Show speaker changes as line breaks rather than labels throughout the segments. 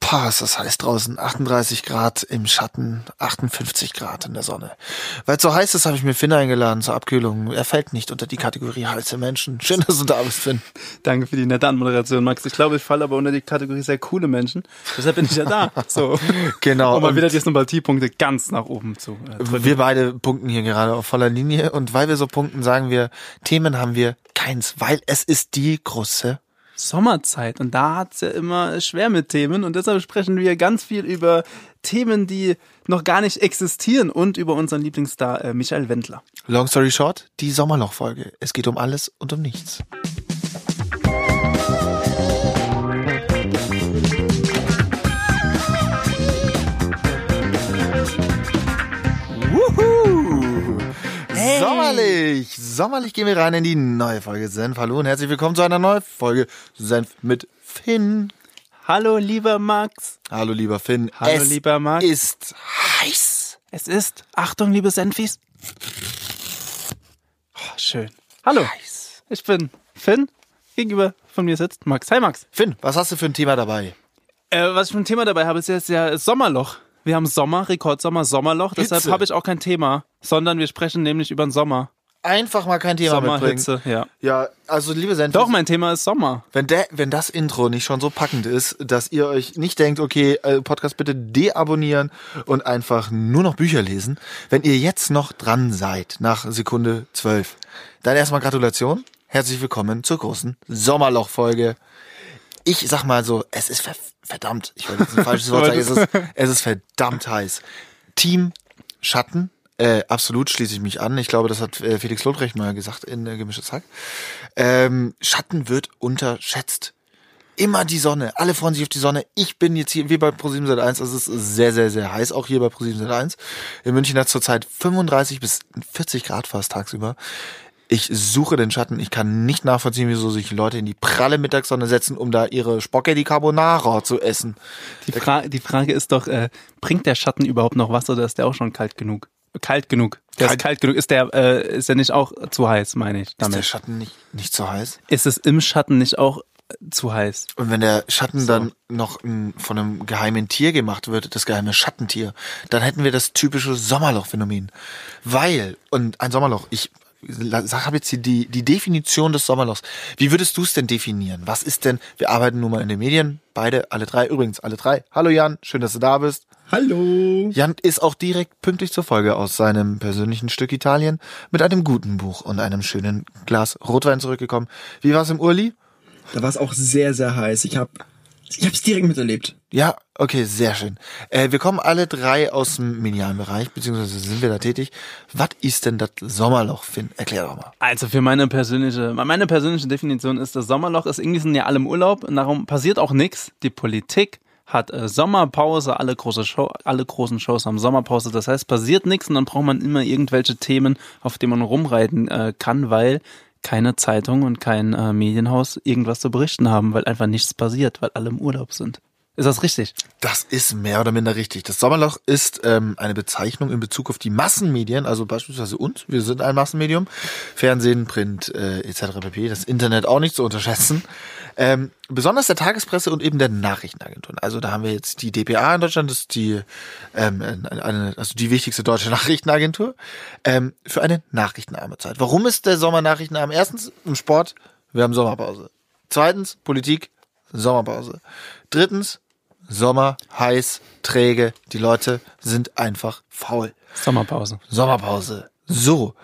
boah, ist das heiß draußen. 38 Grad im Schatten, 58 Grad in der Sonne. Weil es so heiß ist, habe ich mir Finn eingeladen zur Abkühlung. Er fällt nicht unter die Kategorie heiße Menschen. Schön, dass du da bist, Finn.
Danke für die nette Anmoderation, Max. Ich glaube, ich falle aber unter die Kategorie sehr coole Menschen. Deshalb bin ich ja da. So.
Genau.
Um mal
Und-
wieder die Sympathiepunkte ganz nach oben zu äh, drücken.
Wir beide punkten hier gerade auf voller Linie. Und weil wir so punkten, sagen wir, Themen haben wir keins, weil es ist die große
Sommerzeit. Und da hat's ja immer schwer mit Themen. Und deshalb sprechen wir ganz viel über Themen, die noch gar nicht existieren und über unseren Lieblingsstar äh, Michael Wendler.
Long story short, die Sommerlochfolge. Es geht um alles und um nichts. Wuhu! Sommerlich! Sommerlich gehen wir rein in die neue Folge Senf. Hallo und herzlich willkommen zu einer neuen Folge Senf mit Finn.
Hallo, lieber Max.
Hallo lieber Finn.
Hallo,
es
lieber Max.
ist heiß.
Es ist, Achtung, liebe Senfis. Oh, schön. Hallo,
Heiß.
ich bin Finn. Gegenüber von mir sitzt Max. Hi, Max.
Finn, was hast du für ein Thema dabei?
Äh, was ich für ein Thema dabei habe, ist jetzt ja das Sommerloch. Wir haben Sommer, Rekordsommer, Sommerloch. Deshalb
Hitze.
habe ich auch kein Thema, sondern wir sprechen nämlich über den Sommer.
Einfach mal kein Thema mitbringen.
Sommerhitze, ja.
Ja, also liebe Senf,
Doch, mein Thema ist Sommer.
wenn, der, wenn das Intro nicht schon so packend ist, dass ihr euch nicht denkt, okay, äh, Podcast bitte deabonnieren und einfach nur noch Bücher lesen, wenn ihr jetzt noch dran seid nach Sekunde 12, dann erstmal Gratulation, herzlich willkommen zur großen Sommerlochfolge. Ich sag mal so, es ist ver verdammt, ich wollte jetzt ein falsches Wort sagen, es ist, es ist verdammt heiß. Team Schatten, äh, absolut schließe ich mich an. Ich glaube, das hat äh, Felix Lobrecht mal gesagt in äh, Gemischtes Hack. Ähm, Schatten wird unterschätzt. Immer die Sonne. Alle freuen sich auf die Sonne. Ich bin jetzt hier, wie bei ProSieben 1 es ist sehr, sehr, sehr heiß, auch hier bei ProSieben 1 In München hat es zurzeit 35 bis 40 Grad fast tagsüber. Ich suche den Schatten. Ich kann nicht nachvollziehen, wieso sich die Leute in die pralle Mittagssonne setzen, um da ihre Spaghetti Carbonara zu essen.
Die, Fra die Frage ist doch, äh, bringt der Schatten überhaupt noch was oder ist der auch schon kalt genug? Kalt genug. Der
Kalt-
ist kalt genug. Ist der, äh, ist der nicht auch zu heiß, meine ich
Ist der
damit.
Schatten nicht, nicht so heiß?
Ist, es im Schatten nicht auch äh, zu heiß?
Und wenn der Schatten dann noch mm, von einem geheimen Tier gemacht wird, das geheime Schattentier, dann hätten wir das typische Sommerlochphänomen. Weil, und ein Sommerloch, ich habe jetzt hier die, die Definition des Sommerlochs. Wie würdest du es denn definieren? Was ist denn, wir arbeiten nun mal in den Medien, beide, alle drei, übrigens alle drei. Hallo Jan, schön, dass du da bist.
Hallo.
Jan ist auch direkt pünktlich zur Folge aus seinem persönlichen Stück Italien mit einem guten Buch und einem schönen Glas Rotwein zurückgekommen. Wie war's im Urli?
Da war es auch sehr, sehr heiß. Ich hab, ich hab's direkt miterlebt.
Ja, okay, sehr schön. Äh, wir kommen alle drei aus dem medialen Bereich, beziehungsweise sind wir da tätig. Was ist denn das Sommerloch, Finn? Erklär doch mal.
Also für meine persönliche, meine persönliche Definition ist, das Sommerloch ist irgendwie sind ja alle im Urlaub und darum passiert auch nichts. Die Politik hat äh, Sommerpause, alle, große Show, alle großen Shows haben Sommerpause. Das heißt, passiert nichts und dann braucht man immer irgendwelche Themen, auf denen man rumreiten äh, kann, weil keine Zeitung und kein äh, Medienhaus irgendwas zu berichten haben, weil einfach nichts passiert, weil alle im Urlaub sind. Ist das richtig?
Das ist mehr oder minder richtig. Das Sommerloch ist ähm, eine Bezeichnung in Bezug auf die Massenmedien, also beispielsweise uns. Wir sind ein Massenmedium. Fernsehen, Print äh, etc. pp. Das Internet auch nicht zu unterschätzen. Ähm, besonders der Tagespresse und eben der Nachrichtenagenturen. Also da haben wir jetzt die DPA in Deutschland, das ist die, ähm, eine, also die wichtigste deutsche Nachrichtenagentur, ähm, für eine nachrichtenarme Zeit. Warum ist der Sommer nachrichtenarm? Erstens im Sport, wir haben Sommerpause. Zweitens Politik, Sommerpause. Drittens Sommer, heiß, träge, die Leute sind einfach faul.
Sommerpause.
Sommerpause. So.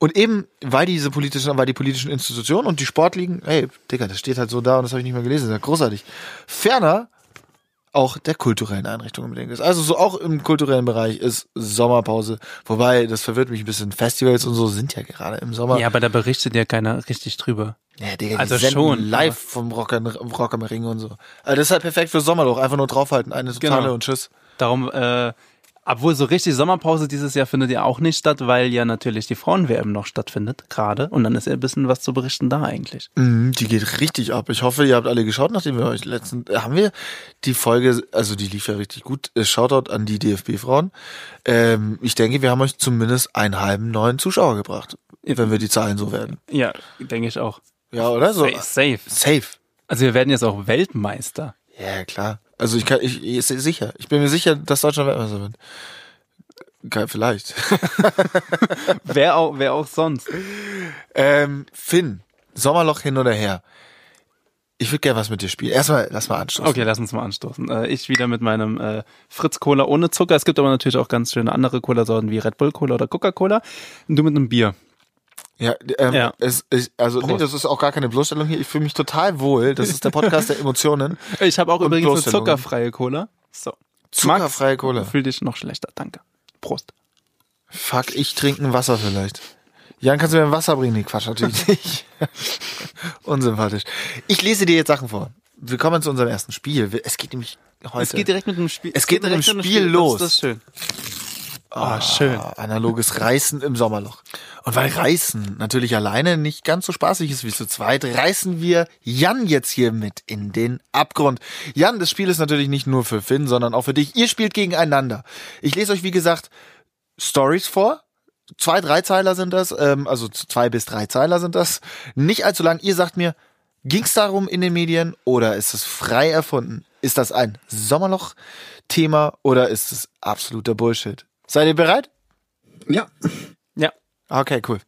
Und eben, weil diese politischen, weil die politischen Institutionen und die Sportligen, ey, Digga, das steht halt so da und das habe ich nicht mehr gelesen, das ist ja großartig. Ferner auch der kulturellen Einrichtungen bedingt ist. Also so auch im kulturellen Bereich ist Sommerpause. Wobei, das verwirrt mich ein bisschen. Festivals und so sind ja gerade im Sommer.
Ja, aber da berichtet ja keiner richtig drüber.
Ja, Digga,
Also
die senden
schon,
live
aber-
vom Rocker, Rocker am Ring und so. Also das ist halt perfekt für Sommerloch. Einfach nur draufhalten, eine totale
Genau.
und tschüss.
Darum, äh, obwohl so richtig Sommerpause dieses Jahr findet ja auch nicht statt, weil ja natürlich die Frauen-WM noch stattfindet, gerade. Und dann ist ja ein bisschen was zu berichten da eigentlich.
Mhm, Die geht richtig ab. Ich hoffe, ihr habt alle geschaut, nachdem wir euch letzten. äh, Haben wir die Folge, also die lief ja richtig gut. Äh, Shoutout an die DFB-Frauen. Ähm, ich denke, wir haben euch zumindest einen halben neuen Zuschauer gebracht, wenn wir die Zahlen so werden.
Ja, denke ich auch.
Ja, oder? So.
Safe.
Safe.
Also wir werden jetzt auch Weltmeister.
Ja, klar. Also ich kann, ich, ich sehe sicher. Ich bin mir sicher, dass Deutschland Weltmeister wird. Geil, vielleicht.
Wer auch, wer auch sonst.
Ähm, Finn, Sommerloch hin oder her. Ich würde gerne was mit dir spielen. Erstmal, lass mal anstoßen.
Okay, lass uns mal anstoßen. Äh, ich wieder mit meinem äh, Fritz Cola ohne Zucker. Es gibt aber natürlich auch ganz schöne andere Cola-Sorten wie Red Bull Cola oder Coca-Cola. Und du mit einem Bier.
Ja, ähm,
Ja.
Es, ich, also nee,
Prost.
das ist auch gar keine Bloßstellung hier. Ich fühle mich total wohl. Das ist der Podcast der Emotionen.
Ich habe auch übrigens eine
Klosterlungen.
zuckerfreie Cola. So.
Zuckerfreie Cola.
Max, Fühl dich noch schlechter. Danke. Prost.
Fuck, ich trinke ein Wasser vielleicht. Jan, kannst du mir ein Wasser bringen? Nee, Quatsch, natürlich nicht. Unsympathisch. Ich lese dir jetzt Sachen vor. Wir kommen zu unserem ersten Spiel. Wir- Es geht nämlich heute.
Es geht direkt mit dem Spiel.
Es geht mit dem
direkt
Spiel los.
Das ist schön. Ah, schön.
Ah, analoges Reißen im Sommerloch. Und weil Reißen natürlich alleine nicht ganz so spaßig ist wie zu zweit, reißen wir Jan jetzt hier mit in den Abgrund. Jan, das Spiel ist natürlich nicht nur für Finn, sondern auch für dich. Ihr spielt gegeneinander. Ich lese euch, wie gesagt, Stories vor. Zwei, drei Zeiler sind das, ähm, also zwei bis drei Zeiler sind das. Nicht allzu lang. Ihr sagt mir, ging's darum in den Medien oder ist es frei erfunden? Ist das ein Sommerloch-Thema oder ist es absoluter Bullshit? Seid ihr bereit?
Ja,
Ja.
Okay, cool.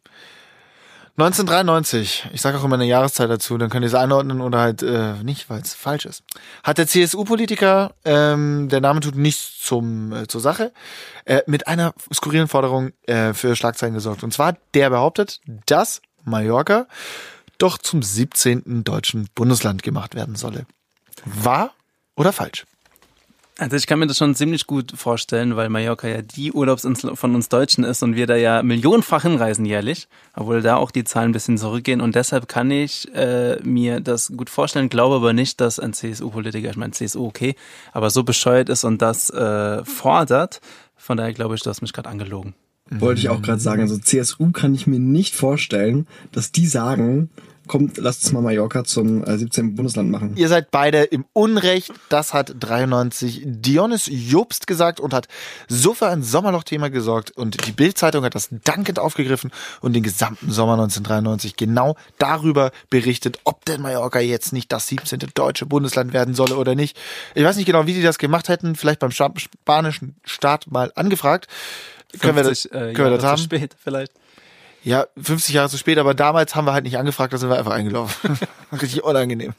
1993, ich sage auch immer eine Jahreszahl dazu, dann könnt ihr es einordnen oder halt äh, nicht, weil es falsch ist. Hat der CSU-Politiker, ähm, der Name tut nichts zum, äh, zur Sache, äh, mit einer skurrilen Forderung äh, für Schlagzeilen gesorgt. Und zwar, der behauptet, dass Mallorca doch zum 17. deutschen Bundesland gemacht werden solle. Wahr oder falsch?
Also ich kann mir das schon ziemlich gut vorstellen, weil Mallorca ja die Urlaubsinsel von uns Deutschen ist und wir da ja millionenfach hinreisen jährlich, obwohl da auch die Zahlen ein bisschen zurückgehen und deshalb kann ich äh, mir das gut vorstellen, glaube aber nicht, dass ein CSU-Politiker, ich meine CSU okay, aber so bescheuert ist und das äh, fordert. Von daher glaube ich, du hast mich gerade angelogen.
wollte ich auch gerade sagen. Also CSU kann ich mir nicht vorstellen, dass die sagen, kommt, lasst uns mal Mallorca zum äh, 17. Bundesland machen.
Ihr seid beide im Unrecht. Das hat 93 Dionys Jobst gesagt und hat so für ein Sommerloch-Thema gesorgt. Und die Bild-Zeitung hat das dankend aufgegriffen und den gesamten Sommer 1993 genau darüber berichtet, ob denn Mallorca jetzt nicht das 17. deutsche Bundesland werden solle oder nicht. Ich weiß nicht genau, wie die das gemacht hätten. Vielleicht beim Spa- spanischen Staat mal angefragt. Können wir das,
50,
können wir
äh, Jahre
das
zu
haben?
Spät vielleicht.
Ja, 50 Jahre zu spät, aber damals haben wir halt nicht angefragt, da sind wir einfach eingelaufen. Richtig unangenehm.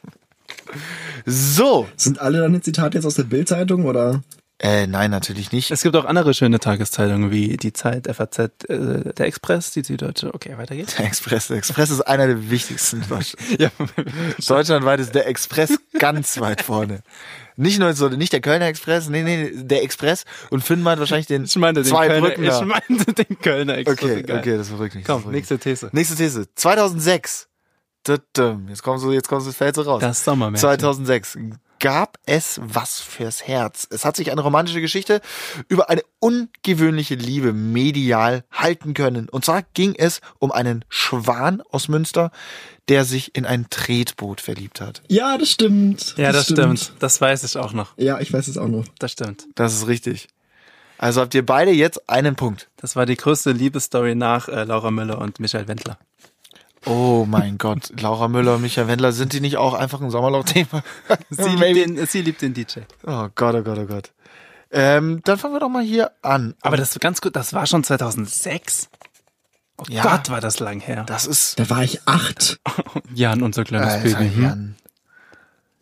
So.
Sind alle deine Zitate jetzt aus der Bildzeitung oder?
Äh, nein, natürlich nicht.
Es gibt auch andere schöne Tageszeitungen wie die Zeit, FAZ, äh, der Express, die Süddeutsche. Okay, weiter geht's.
Der Express. Der Express ist einer der wichtigsten in Deutschland.
Ja,
Deutschlandweit ist der Express ganz weit vorne. Nicht nur so, nicht der Kölner Express, nee, nee, der Express. Und Finn meint wahrscheinlich den,
Ich meinte den
zwei
Kölner,
Brücken.
ich
da.
meinte den Kölner Express.
okay,
egal.
okay, das verrückt nicht.
Komm, nächste These.
Nächste These. 2006. Tü-tüm. Jetzt kommst du, jetzt kommst du, fällt so raus.
Das Sommermärchen.
2006 gab es was fürs Herz. Es hat sich eine romantische Geschichte über eine ungewöhnliche Liebe medial halten können. Und zwar ging es um einen Schwan aus Münster, der sich in ein Tretboot verliebt hat.
Ja, das stimmt.
Ja, das stimmt. Das weiß ich auch noch.
Ja, ich weiß es auch noch.
Das stimmt.
Das ist richtig. Also habt ihr beide jetzt einen Punkt.
Das war die größte Liebesstory nach äh, Laura Müller und Michael Wendler.
Oh mein Gott, Laura Müller und Michael Wendler, sind die nicht auch einfach ein Sommerloch-Thema?
Sie, liebt den, sie liebt den DJ.
Oh Gott, oh Gott, oh Gott. Ähm, dann fangen wir doch mal hier an.
Aber das ist ganz gut, das war schon 2006. Oh
Ja.
Gott, war das lang her.
Das ist
Da war ich acht.
Jan, unser kleines
Alter,
Baby. Hm?
Jan.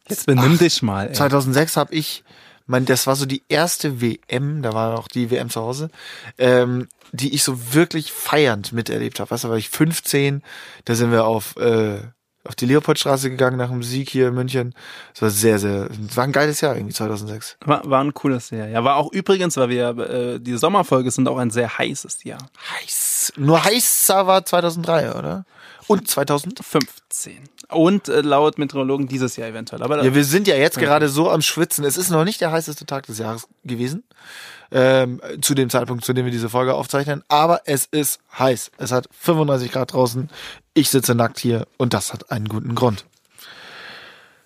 Jetzt benimm dich mal. Ey.
2006 habe ich, mein, das war so die erste WM, da war auch die WM zu Hause, ähm, die ich so wirklich feiernd miterlebt habe. Weißt du, war ich 15, da sind wir auf, äh, auf die Leopoldstraße gegangen nach dem Sieg hier in München. Es war sehr, sehr, es war ein geiles Jahr irgendwie 2006.
War, war ein cooles Jahr. Ja, war auch übrigens, weil wir äh, die Sommerfolge sind auch ein sehr heißes Jahr.
Heiß. Nur heißer war 2003, oder? Und 2000?
15. Und äh, laut Meteorologen dieses Jahr eventuell. Aber
Ja, wir sind ja jetzt gerade so am Schwitzen. Es ist noch nicht der heißeste Tag des Jahres gewesen. Ähm, zu dem Zeitpunkt, zu dem wir diese Folge aufzeichnen. Aber es ist heiß. Es hat 35 Grad draußen. Ich sitze nackt hier und das hat einen guten Grund.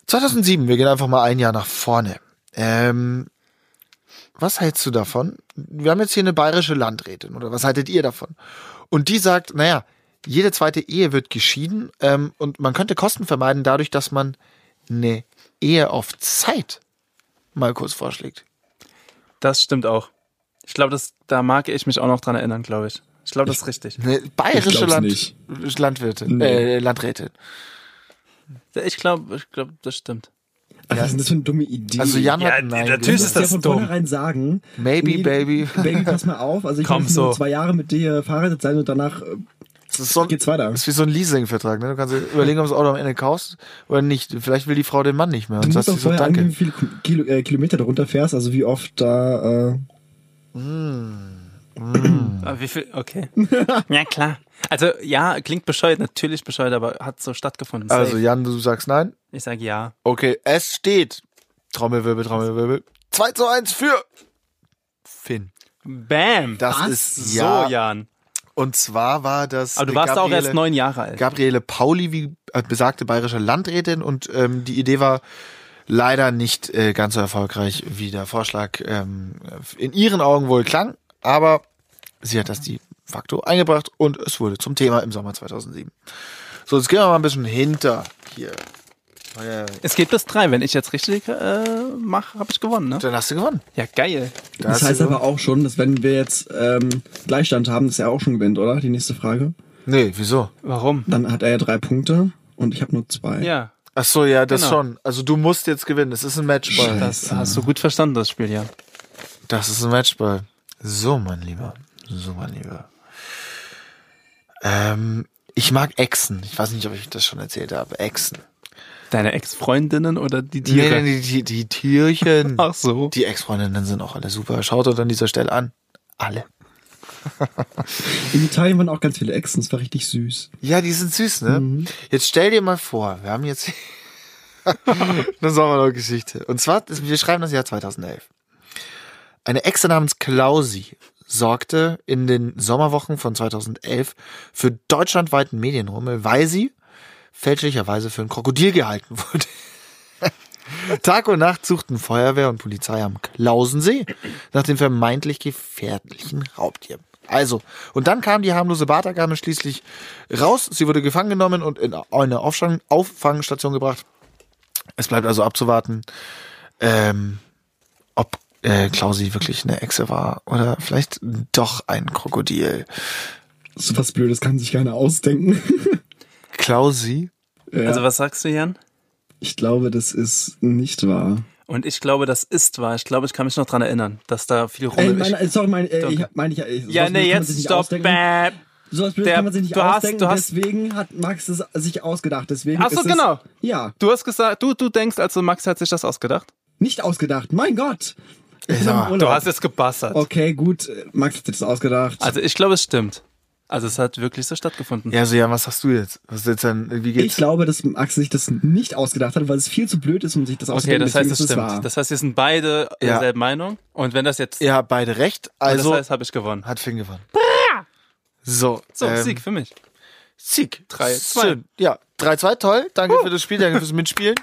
2007, wir gehen einfach mal ein Jahr nach vorne. Ähm, was hältst du davon? Wir haben jetzt hier eine bayerische Landrätin oder was haltet ihr davon? Und die sagt, naja, jede zweite Ehe wird geschieden ähm, und man könnte Kosten vermeiden dadurch, dass man eine Ehe auf Zeit mal kurz vorschlägt.
Das stimmt auch. Ich glaube, das, da mag ich mich auch noch dran erinnern, glaube ich. Ich glaube, das ist richtig.
Eine bayerische
glaub's
Land
nicht.
Landwirtin,
Nee.
äh, Landrätin.
Ich glaube, ich glaube, das stimmt.
Also, was ist denn das für eine dumme Idee?
Also Jan
Ja,
hat Nein
natürlich
gesagt.
ist
Dass
das
die ja von
dumm.
vornherein sagen,
Maybe, baby.
Baby, pass mal auf. Also ich
Komm
kann jetzt nur
so.
zwei Jahre mit dir verheiratet sein und danach äh,
Das ist, so ein,
geht's weiter.
das ist wie so ein Leasingvertrag. Ne? Du kannst dir überlegen, ob du das Auto am Ende kaufst oder nicht. Vielleicht will die Frau den Mann nicht mehr.
Du
Und
musst
sagst
auch
dir so,
vorher angeben,
danke.
wie viele Kilo, äh, Kilometer du runterfährst, also wie oft da. Äh,
Ah, Wie viel? Okay. ja, klar. Also, ja, klingt bescheuert, natürlich bescheuert, aber hat so stattgefunden. Safe.
Also Jan, du sagst nein.
ich sage ja.
Okay, es steht. Trommelwirbel, Trommelwirbel. 2 zu 1 für Finn.
Bam!
Das
Was?
ist
so,
ja.
Jan.
Und zwar war das.
Aber du warst auch
Gabriele-
erst neun Jahre alt.
Gabriele Pauli, wie äh, besagte bayerische Landrätin und ähm, die Idee war leider nicht äh, ganz so erfolgreich, wie der Vorschlag ähm, in ihren Augen wohl klang, aber sie hat das de facto eingebracht und es wurde zum Thema im Sommer 2007. So, jetzt gehen wir mal ein bisschen hinter hier. Euer-
Es geht bis drei. Wenn ich jetzt richtig äh, mache, habe ich gewonnen, ne?
Dann hast du gewonnen.
Ja, geil.
das
hast
heißt
du
aber auch schon, dass wenn wir jetzt ähm, Gleichstand haben, dass er auch schon gewinnt, oder? Die nächste Frage.
Nee, wieso?
Warum?
Dann hat er ja drei Punkte und ich habe nur zwei.
Ja.
Ach so, ja, das
Genau.
schon. Also du musst jetzt gewinnen. Das ist ein Matchball.
Das hast du gut verstanden, das Spiel, ja.
Das ist ein Matchball. So, mein Lieber. So, mein Lieber. Ähm, ich mag Echsen. Ich weiß nicht, ob ich das schon erzählt habe. Echsen.
Deine Ex-Freundinnen oder die
Nee,
Tiere?
nee, die, die, die Tierchen.
Ach so.
Die Ex-Freundinnen sind auch alle super. Schaut euch an dieser Stelle an. Alle.
In Italien waren auch ganz viele Echsen, das war richtig süß.
Ja, die sind süß, ne? Jetzt stell dir mal vor, wir haben jetzt eine Sommerloch-Geschichte. Und zwar, das- wir schreiben das Jahr 2011. Eine Exe namens Klausi sorgte in den Sommerwochen von 2011 für deutschlandweiten Medienrummel, weil sie fälschlicherweise für ein Krokodil gehalten wurde. Tag und Nacht suchten Feuerwehr und Polizei am Klausensee nach dem vermeintlich gefährlichen Raubtier. Also, und dann kam die harmlose Bartagame schließlich raus. Sie wurde gefangen genommen und in eine Aufschlag- Auffangstation gebracht. Es bleibt also abzuwarten, ähm, ob äh, Klausi wirklich eine Echse war oder vielleicht doch ein Krokodil.
So was Blödes kann sich keiner ausdenken.
Klausi?
ja.
Also, was sagst du, Jan?
ich glaube, das ist nicht wahr.
Und ich glaube, das ist wahr. Ich glaube, ich kann mich noch dran erinnern, dass da viel
Ey,
rum
Äh, meine, sorry, meine, äh, ich meine ich äh, sowas
Ja,
Blödes
nee,
kann man sich
jetzt
nicht
stopp.
ausdenken.
Bäm.
So was Blödes
Der-
kann man sich nicht
du hast-
ausdenken,
du hast-
deswegen hat Max es sich ausgedacht. Deswegen
Ach so,
ist es,
genau.
Ja,
Du hast gesagt, du, du denkst, also Max hat sich das ausgedacht.
nicht ausgedacht. Mein Gott. Ich bin
sag
im
mal,
Urlaub.
jetzt gebassert.
Okay, gut. Max hat sich das ausgedacht.
Also ich glaube, es stimmt. Also es hat wirklich so stattgefunden.
Ja, so, ja, was hast du jetzt? Was ist jetzt denn, wie geht's?
ich glaube, dass Max sich das nicht ausgedacht hat, weil es viel zu blöd ist, um sich das
Okay,
auszudenken.
das heißt,
deswegen
es
ist
stimmt.
Wahr.
Das heißt, wir sind beide
Ja.
derselben Meinung. Und wenn das jetzt
Ihr habt beide recht,
also,
also
das heißt, habe ich gewonnen.
hat Finn gewonnen. So,
So,
ähm,
Sieg für mich.
Sieg.
Drei, zwei.
Schön. Ja, 3-2, toll. Danke für das Spiel, danke fürs Mitspielen.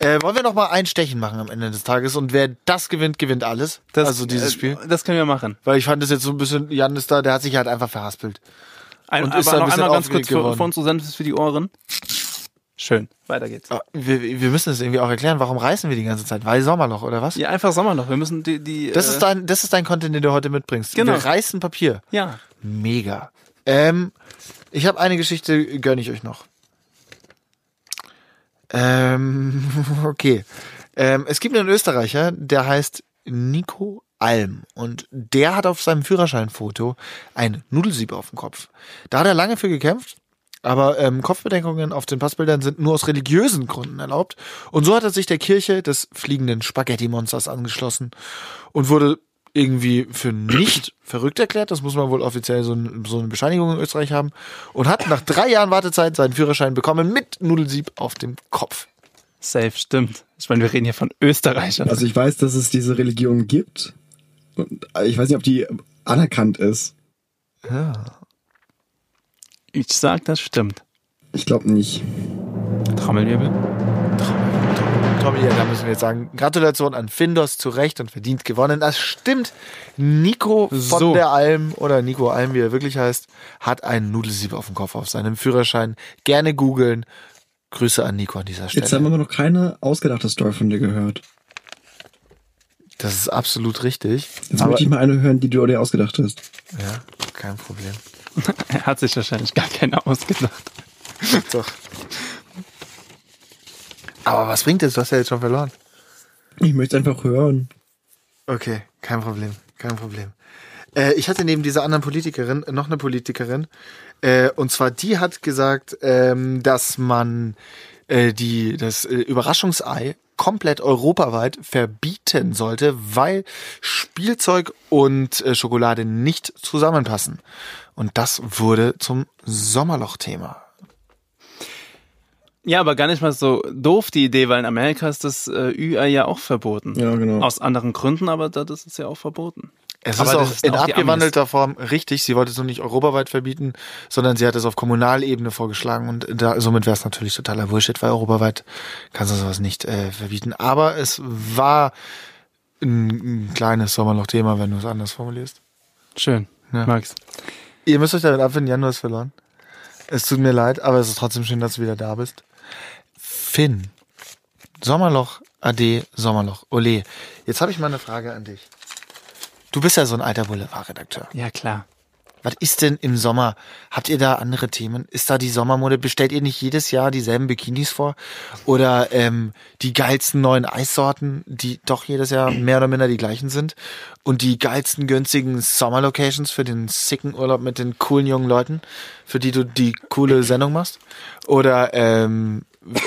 Äh, wollen wir noch mal ein Stechen machen am Ende des Tages und wer das gewinnt, gewinnt alles. also dieses
äh,
Spiel.
Das können wir machen.
Weil ich fand das jetzt so ein bisschen, Jan ist da, der hat sich halt einfach verhaspelt.
Ein,
Und
aber
ist dann ein
noch
bisschen
einmal ganz kurz
aufgeregt
für,
geworden.
für uns Susanne für die Ohren. Schön. Weiter geht's.
Ah, Wir, wir müssen es irgendwie auch erklären, warum reißen wir die ganze Zeit? Weil Sommerloch, oder was?
Ja, einfach Sommerloch. Wir müssen die. die
Das
äh,
ist dein, das ist dein Content, den du heute mitbringst.
Genau.
Wir reißen Papier.
Ja.
Mega. Ähm, ich habe eine Geschichte, gönne ich euch noch. Ähm, okay. Ähm, es gibt einen Österreicher, der heißt Nico Alm und der hat auf seinem Führerscheinfoto ein Nudelsieb auf dem Kopf. Da hat er lange für gekämpft, aber ähm, Kopfbedeckungen auf den Passbildern sind nur aus religiösen Gründen erlaubt. Und so hat er sich der Kirche des fliegenden Spaghetti-Monsters angeschlossen und wurde irgendwie für nicht verrückt erklärt. Das muss man wohl offiziell so, ein, so eine Bescheinigung in Österreich haben. Und hat nach drei Jahren Wartezeit seinen Führerschein bekommen mit Nudelsieb auf dem Kopf.
Safe, stimmt. Ich meine, wir reden hier von Österreichern.
Also ich weiß, dass es diese Religion gibt. Und äh, ich weiß nicht, ob die anerkannt ist.
ich sag, das stimmt.
Ich glaube nicht.
Trommelwirbel.
Tommy, ja, da müssen wir jetzt sagen, Gratulation an Finders zu Recht und verdient gewonnen. Das stimmt. Nico von
So.
der Alm oder Nico Alm, wie er wirklich heißt, hat einen Nudelsieb auf dem Kopf auf seinem Führerschein. Gerne googeln. Grüße an Nico an dieser
Jetzt haben
Stelle.
wir aber noch keine ausgedachte Story von dir gehört.
Das ist absolut richtig.
Jetzt möchte ich mal eine hören, die du dir ausgedacht hast.
ja, kein Problem.
Er hat sich wahrscheinlich gar keine ausgedacht.
Doch. Aber was bringt es? Du hast ja jetzt schon verloren.
Ich möchte einfach hören.
Okay, kein Problem, kein Problem. Äh, ich hatte neben dieser anderen Politikerin noch eine Politikerin. Äh, und zwar die hat gesagt, ähm, dass man äh, die, das äh, Überraschungsei komplett europaweit verbieten sollte, weil Spielzeug und äh, Schokolade nicht zusammenpassen. Und das wurde zum Sommerloch-Thema.
Ja, aber gar nicht mal so doof die Idee, weil in Amerika ist das äh, Ü-Ei ja auch verboten.
Ja, genau.
Aus anderen Gründen, aber da- das ist ja auch verboten.
Es
Aber
ist
das
auch
ist
in
auch die
abgewandelter Form richtig. Sie wollte es nur nicht europaweit verbieten, sondern sie hat es auf Kommunalebene vorgeschlagen und da, somit wäre es natürlich totaler Bullshit, weil europaweit kannst du sowas nicht äh, verbieten. Aber es war ein, ein kleines Sommerloch-Thema, wenn du es anders formulierst.
Schön,
Ja.
Max.
Ihr müsst euch damit abfinden, Jan, du hast verloren. Es tut mir leid, aber es ist trotzdem schön, dass du wieder da bist. Finn. Sommerloch, AD, Sommerloch, Ole. Jetzt habe ich mal eine Frage an dich. Du bist ja so ein alter Boulevardredakteur.
Ja, klar.
Was ist denn im Sommer? Habt ihr da andere Themen? Ist da die Sommermode? Bestellt ihr nicht jedes Jahr dieselben Bikinis vor? Oder ähm, die geilsten neuen Eissorten, die doch jedes Jahr mehr oder minder die gleichen sind? Und die geilsten günstigen Sommerlocations für den sicken Urlaub mit den coolen jungen Leuten, für die du die coole Sendung machst? Oder ähm, w-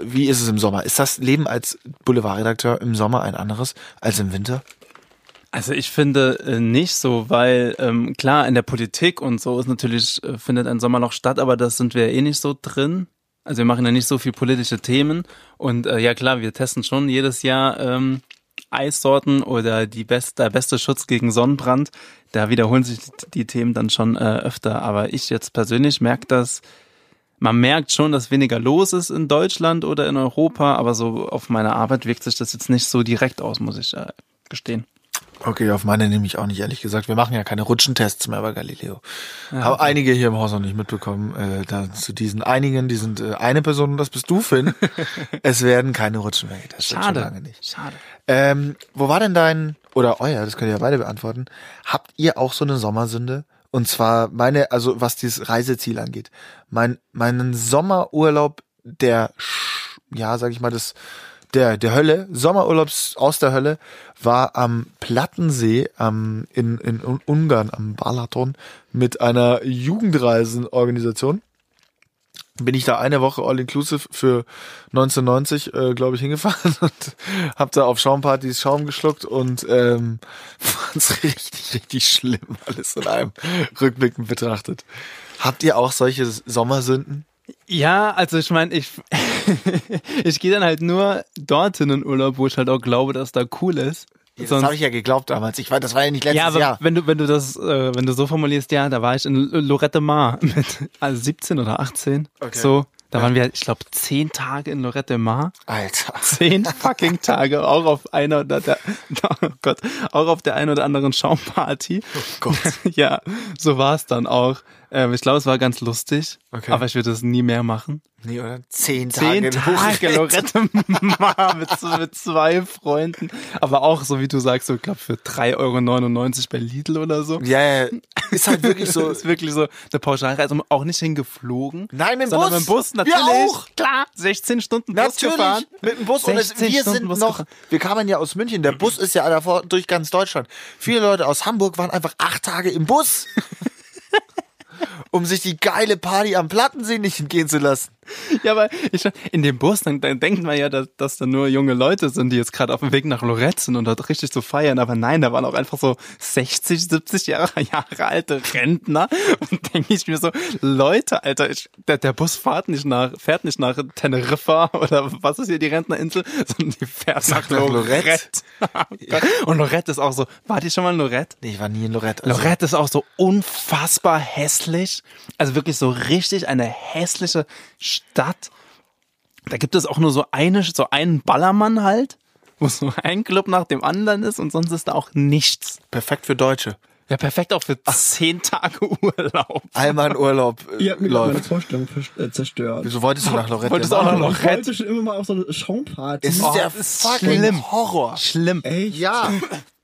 wie ist es im Sommer? Ist das Leben als Boulevardredakteur im Sommer ein anderes als im Winter?
Also ich finde äh, nicht so, weil ähm, klar, in der Politik und so ist natürlich, äh, findet ein Sommerloch statt, aber das sind wir ja eh nicht so drin. Also wir machen ja nicht so viel politische Themen. Und äh, ja klar, wir testen schon jedes Jahr ähm, Eissorten oder die best, der beste Schutz gegen Sonnenbrand. Da wiederholen sich die- die Themen dann schon äh, öfter. Aber ich jetzt persönlich merke das, man merkt schon, dass weniger los ist in Deutschland oder in Europa, aber so auf meine Arbeit wirkt sich das jetzt nicht so direkt aus, muss ich äh, gestehen.
Okay, auf meine nehme ich auch nicht, ehrlich gesagt. Wir machen ja keine Rutschentests mehr bei Galileo. Haben einige hier im Haus noch nicht mitbekommen. Äh, da, zu diesen einigen, die sind äh, eine Person und das bist du, Finn. es werden keine Rutschen mehr getestet. Schon lange
Schade.
nicht.
Schade.
Ähm, wo war denn dein, oder euer, das könnt ihr ja beide beantworten. Habt ihr auch so eine Sommersünde? Und zwar meine, also was dieses Reiseziel angeht. Mein, meinen Sommerurlaub der, Sch- ja, sag ich mal, das, der, der Hölle, Sommerurlaubs aus der Hölle, war am Plattensee am, in, in Un- Ungarn, am Balaton, mit einer Jugendreisenorganisation bin ich da eine Woche all-inclusive für 1990, äh, glaube ich, hingefahren und habe da auf Schaumpartys Schaum geschluckt und ähm, fand's richtig, richtig schlimm, alles in einem rückblickend betrachtet. Habt ihr auch solche Sommersünden?
Ja, also ich meine, ich, ich gehe dann halt nur dorthin in Urlaub, wo ich halt auch glaube, dass da cool ist.
das
Sonst-
habe ich ja geglaubt damals. Ich war, das war ja nicht letztes
ja, aber
Jahr.
wenn du, wenn du das, äh, wenn du so formulierst, ja, da war ich in L- Lorette Mar mit also 17 oder 18.
Okay.
So, da waren wir, ich glaube, 10 Tage in Lorette Mar.
Alter.
Zehn fucking Tage, auch auf einer oder der, oh Gott, auch auf der einen oder anderen Schaumparty. Oh
Gott.
ja, so war es dann auch. Ähm, ich glaube, es war ganz lustig,
Okay.
aber ich würde es nie mehr machen.
Nee, oder? Zehn Tage.
Zehn Tage Lorette Mar mit, so- mit zwei Freunden. Aber auch, so wie du sagst, so, ich glaube, für 3,99 Euro bei Lidl oder so.
Ja, ja, ist halt wirklich so.
ist wirklich so eine Pauschalreise. Also auch nicht hingeflogen.
Nein, mit dem
sondern
Bus.
Mit dem Bus,
Wir
natürlich.
auch.
Klar, 16 Stunden Bus gefahren.
Natürlich, mit dem Bus. Und es,
16
wir
Stunden
sind
Bus
noch,
gefahren.
wir kamen ja aus München, der Bus ist ja davor durch ganz Deutschland. Viele Leute aus Hamburg waren einfach acht Tage im Bus, um sich die geile Party am Plattensee nicht entgehen zu lassen.
Ja, aber ich, in dem Bus, dann, dann denkt man ja, dass, dass da nur junge Leute sind, die jetzt gerade auf dem Weg nach Lorette sind und dort richtig zu feiern. Aber nein, da waren auch einfach so 60, 70 Jahre, Jahre alte Rentner. Und denke ich mir so, Leute, Alter, ich, der, der Bus fährt nicht nach, fährt nicht nach Teneriffa oder was ist hier die Rentnerinsel, sondern die fährt nach,
nach
Lorette. und Lorette ist auch so, wart ihr schon mal in Lorette?
Nee, ich war nie in Lorette. Also,
Lorette ist auch so unfassbar hässlich. Also wirklich so richtig eine hässliche Stadt. Da gibt es auch nur so eine, so einen Ballermann halt, wo so ein Club nach dem anderen ist und sonst ist da auch nichts.
perfekt für Deutsche.
Ja, perfekt auch für zehn Tage Urlaub.
Einmal ein Urlaub äh,
Ihr habt mir gerade meine
läuft.
Vorstellung vers- äh, zerstört.
Wieso wolltest du nach Lorette?
Wolltest auch nach Lorette?
Ich wollte schon immer mal auf so eine Schaumparty.
Es ist
Oh,
der
das ist
fucking
schlimm.
Horror.
Schlimm.
Echt?
Ja,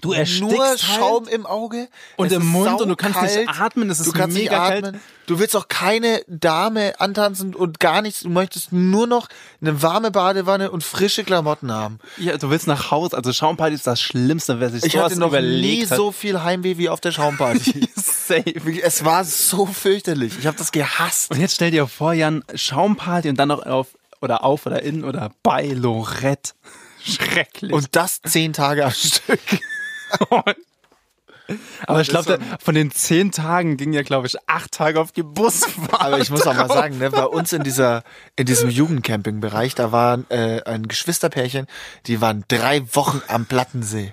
Du erstickst
nur
halt
Schaum im Auge
und
es
im
ist
Mund und du kannst nicht
saukalt.
atmen. Es ist
du kannst
mega
nicht atmen.
kalt.
Du willst auch keine Dame antanzen und gar nichts. Du möchtest nur noch eine warme Badewanne und frische Klamotten haben.
Ja, du willst nach Hause. Also Schaumparty ist das Schlimmste, wer sich
Ich
sowas
hatte noch nie
überlegt halt. hat.
so viel Heimweh wie auf der Schaumparty.
safe.
Wirklich, es war so fürchterlich. Ich habe das gehasst.
Und jetzt stell dir vor, Jan, Schaumparty und dann noch auf oder auf oder in oder bei Lorette. Schrecklich.
Und das zehn Tage am Stück.
aber ich
das
glaube, von den zehn Tagen ging ja, glaube ich, acht Tage auf die Busfahrt.
Aber ich muss auch mal sagen, ne, bei uns in dieser in diesem Jugendcampingbereich, da waren äh, ein Geschwisterpärchen, die waren drei Wochen am Plattensee.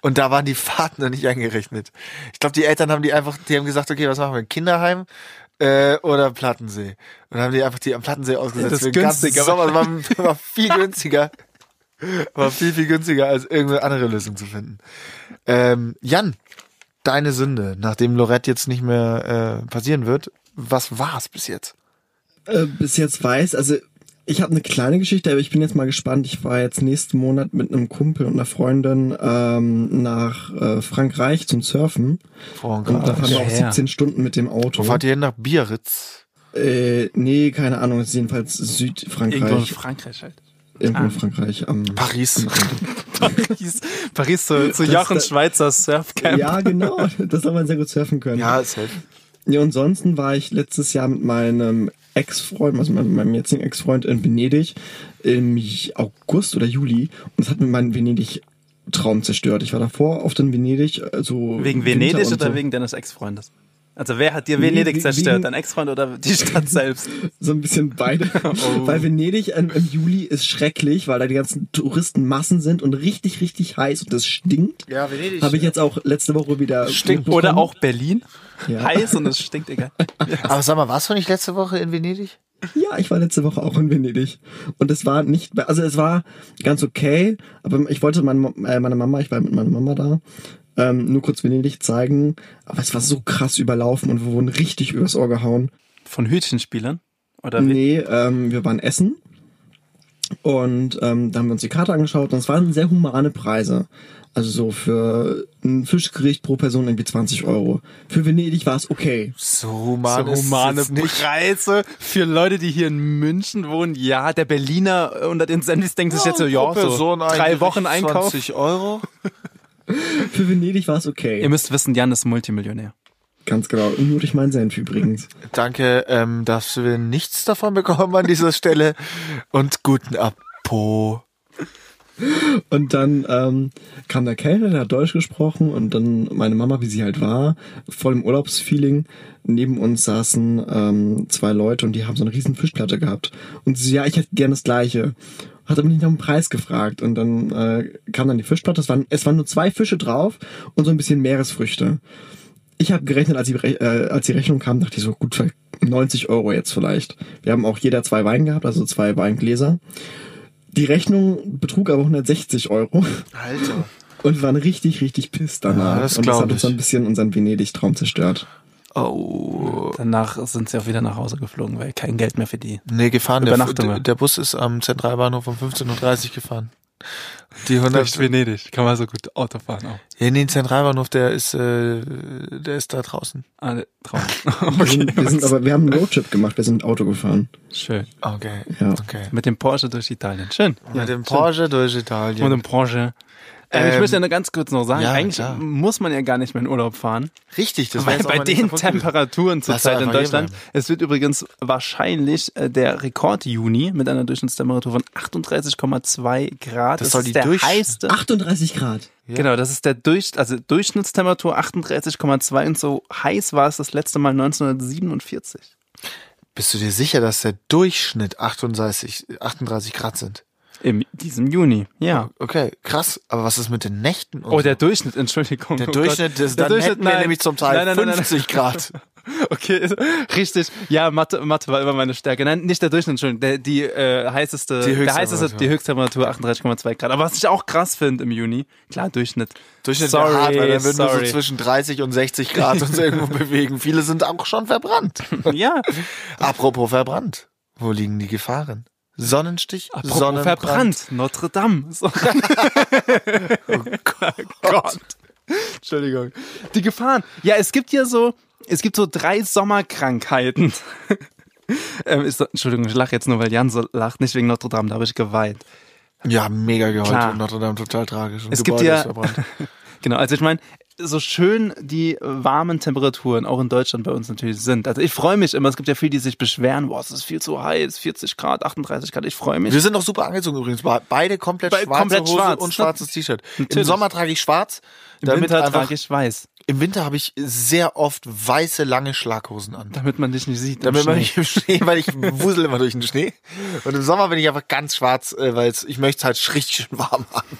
Und da waren die Fahrten noch nicht eingerechnet. Ich glaube, die Eltern haben die einfach, die haben gesagt, okay, was machen wir? Kinderheim äh, oder Plattensee? Und dann haben die einfach die am Plattensee ausgesetzt.
Das ist
für den ganzen
günstiger.
Sommer. Das war, war viel günstiger. War viel, viel günstiger, als irgendeine andere Lösung zu finden. Ähm, Jan, deine Sünde, nachdem Lorette jetzt nicht mehr äh, passieren wird, was war es bis jetzt?
äh, bis jetzt weiß. Also ich habe eine kleine Geschichte, aber ich bin jetzt mal gespannt. Ich war jetzt nächsten Monat mit einem Kumpel und einer Freundin ähm, nach äh, Frankreich zum Surfen.
Vorhin
Und da fahren wir
ja,
auch
ja.
17 Stunden mit dem Auto.
Ah, Wo fahrt ihr hin? Nach Biarritz?
Äh, nee, keine Ahnung. Es ist jedenfalls Südfrankreich.
Irgendwo in Frankreich halt.
Irgendwo in Frankreich. Am
Ah. Paris.
Paris, Paris zu, zu Jochen
das-
Schweizer Surfcamp.
ja, genau. Das hat man sehr gut surfen können.
ja, ist halt.
Ja, und ansonsten war ich letztes Jahr mit meinem Ex-Freund, also meinem, meinem jetzigen Ex-Freund in Venedig im August oder Juli und das hat mir meinen Venedig-Traum zerstört. Ich war davor oft in Venedig, also
Wegen
Winter
Venedig
und
oder
so,
wegen deines Ex-Freundes? Also wer hat dir
Nee,
Venedig
wegen-
zerstört?
wegen-
Dein Ex-Freund oder die Stadt selbst?
so ein bisschen beide.
Oh.
Weil Venedig im, im Juli ist schrecklich, weil da die ganzen Touristenmassen sind und richtig, richtig heiß und das stinkt.
Ja, Venedig.
Habe ich jetzt auch letzte Woche wieder
Stinkt
mitbekommen.
oder auch Berlin?
Ja.
Heiß und es stinkt egal.
Aber sag mal, warst du nicht letzte Woche in Venedig?
Ja, ich war letzte Woche auch in Venedig. Und es war nicht, also es war ganz okay, aber ich wollte meine, äh, meine Mama, ich war mit meiner Mama da, ähm, nur kurz Venedig zeigen. Aber es war so krass überlaufen und wir wurden richtig übers Ohr gehauen.
Von Hütchenspielern? Oder wie?
Nee, ähm, wir waren essen und ähm, da haben wir uns die Karte angeschaut und es waren sehr humane Preise. Also so für ein Fischgericht pro Person irgendwie 20 Euro. Für Venedig war es okay.
So human
so humane
ist es nicht.
Preise für Leute, die hier in München wohnen. Ja, der Berliner äh, unter den Sandys denkt sich jetzt so, ja,
Pro
so
Person
drei
eigentlich
Wochen Einkauf.
20 Euro.
Für Venedig war es okay.
Ihr müsst wissen, Jan ist Multimillionär.
ganz genau. Nur durch meinen Senf übrigens.
Danke, ähm, dass wir nichts davon bekommen an dieser Stelle. Und guten Apo.
Und dann ähm, kam der Kellner, der hat Deutsch gesprochen und dann meine Mama, wie sie halt war, voll im Urlaubsfeeling. Neben uns saßen ähm, zwei Leute und die haben so eine riesen Fischplatte gehabt. Und sie, so, ja, ich hätte gern das gleiche. Hat aber nicht nach dem Preis gefragt. Und dann äh, kam dann die Fischplatte. Es waren, es waren nur zwei Fische drauf und so ein bisschen Meeresfrüchte. Ich habe gerechnet, als die, Re- äh, als die Rechnung kam, dachte ich so, gut, vielleicht 90 Euro jetzt vielleicht. Wir haben auch jeder zwei Wein gehabt, also zwei Weingläser. Die Rechnung betrug aber 160 Euro
Alter.
und wir waren richtig, richtig pisst danach.
Ja, das
und das
glaub
hat uns
ich.
so ein bisschen unseren Venedig-Traum zerstört.
Oh.
Danach sind sie auch wieder nach Hause geflogen, weil kein Geld mehr für die.
Nee, gefahren. Der,
Übernachtungen.
der, der Bus ist am Zentralbahnhof um 15.30 Uhr gefahren. Die 100,
Venedig, kann man so gut Auto fahren auch.
Ja, nee, den Zentralbahnhof, der ist, äh, der ist da draußen.
Ah, Traum.
Wir sind, wir sind aber, wir haben einen Roadtrip gemacht, wir sind mit Auto gefahren.
Schön.
Okay,
Ja.
okay.
Mit dem Porsche durch Italien. Schön.
Mit dem Porsche durch Italien.
Und im Porsche. Ähm, ich
Ähm,
möchte ja nur ganz kurz noch sagen,
ja,
eigentlich
klar.
muss man ja gar nicht mehr in Urlaub fahren.
Richtig, das
Weil bei den Temperaturen
Lass doch
zurzeit in
einfach hier
Deutschland, es wird übrigens wahrscheinlich äh, der Rekord Juni mit einer Durchschnittstemperatur von 38,2 Grad.
Das soll
ist
die
der
Durch-
heißeste.
38 Grad.
Genau, das ist der Durch, also Durchschnittstemperatur 38,2 und so heiß war es das letzte Mal 1947.
Bist du dir sicher, dass der Durchschnitt 38, 38 Grad sind?
In diesem Juni, ja.
Okay, krass. Aber was ist mit den Nächten? und
Oh, der
so?
Durchschnitt, Entschuldigung.
der
oh Gott.
Durchschnitt, ist, dann hätten wir
nein.
nämlich zum Teil
Nein, nein, nein, nein.
50 Grad.
Okay, ist- richtig. Ja, Mathe, Mathe war immer meine Stärke. Nein, nicht der Durchschnitt, Entschuldigung. Der, die, äh, heißeste,
Die
der heißeste,
Höchsttemperatur.
die Höchsttemperatur 38,2 Grad. Aber was ich auch krass finde im Juni, klar, Durchschnitt.
Durchschnitt
sorry,
wäre hart, weil dann würden wir
sorry.
so zwischen 30 und 60 Grad uns irgendwo bewegen. Viele sind auch schon verbrannt.
Ja,
Apropos verbrannt. Wo liegen die Gefahren? Sonnenstich,
apropos
Sonnenbrand.
verbrannt. Notre Dame. So. Oh Gott. Entschuldigung. Die Gefahren. Ja, es gibt ja so, es gibt so drei Sommerkrankheiten. ähm, ist, Entschuldigung, ich lache jetzt nur, weil Jan so lacht, nicht wegen Notre Dame, da habe ich geweint.
Ja, mega geheult.
Klar.
Und Notre Dame total tragisch. Und
Es gibt
Gebäude
ja-
ist verbrannt.
Genau, also ich meine, so schön die äh, warmen Temperaturen auch in Deutschland bei uns natürlich sind. Also ich freue mich immer, es gibt ja viele, die sich beschweren, boah, es ist viel zu heiß, 40 Grad, 38 Grad, ich freue mich.
Wir sind auch super angezogen übrigens. Be- Beide komplett
Be-
schwarze
komplett
Hose
schwarz,
und
ne?
schwarzes T-Shirt. Im
Natürlich.
Sommer trage ich schwarz.
Im
damit
Winter
einfach,
trage ich weiß,
Im Winter habe ich sehr oft weiße, lange Schlaghosen an.
damit man dich nicht sieht. im
Damit man
Schnee.
nicht im Schnee, weil ich wusel immer durch den Schnee. Und im Sommer bin ich einfach ganz schwarz, äh, weil ich möchte es halt richtig schön warm haben.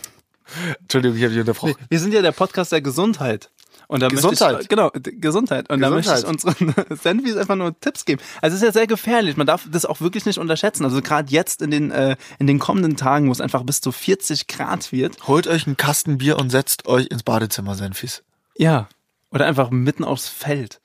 Entschuldigung, ich habe dich unterbrochen.
Wir sind ja der Podcast der Gesundheit. Und da Möchte ich,
Gesundheit.
genau, d- Gesundheit. Und da möchte ich unseren Sandwies einfach nur Tipps geben. Also es ist ja sehr gefährlich. Man darf das auch wirklich nicht unterschätzen. Also gerade jetzt in den, äh, in den kommenden Tagen, wo es einfach bis zu 40 Grad wird.
Holt euch einen Kasten Bier und setzt euch ins Badezimmer, Senfis.
Ja. Oder einfach mitten aufs Feld.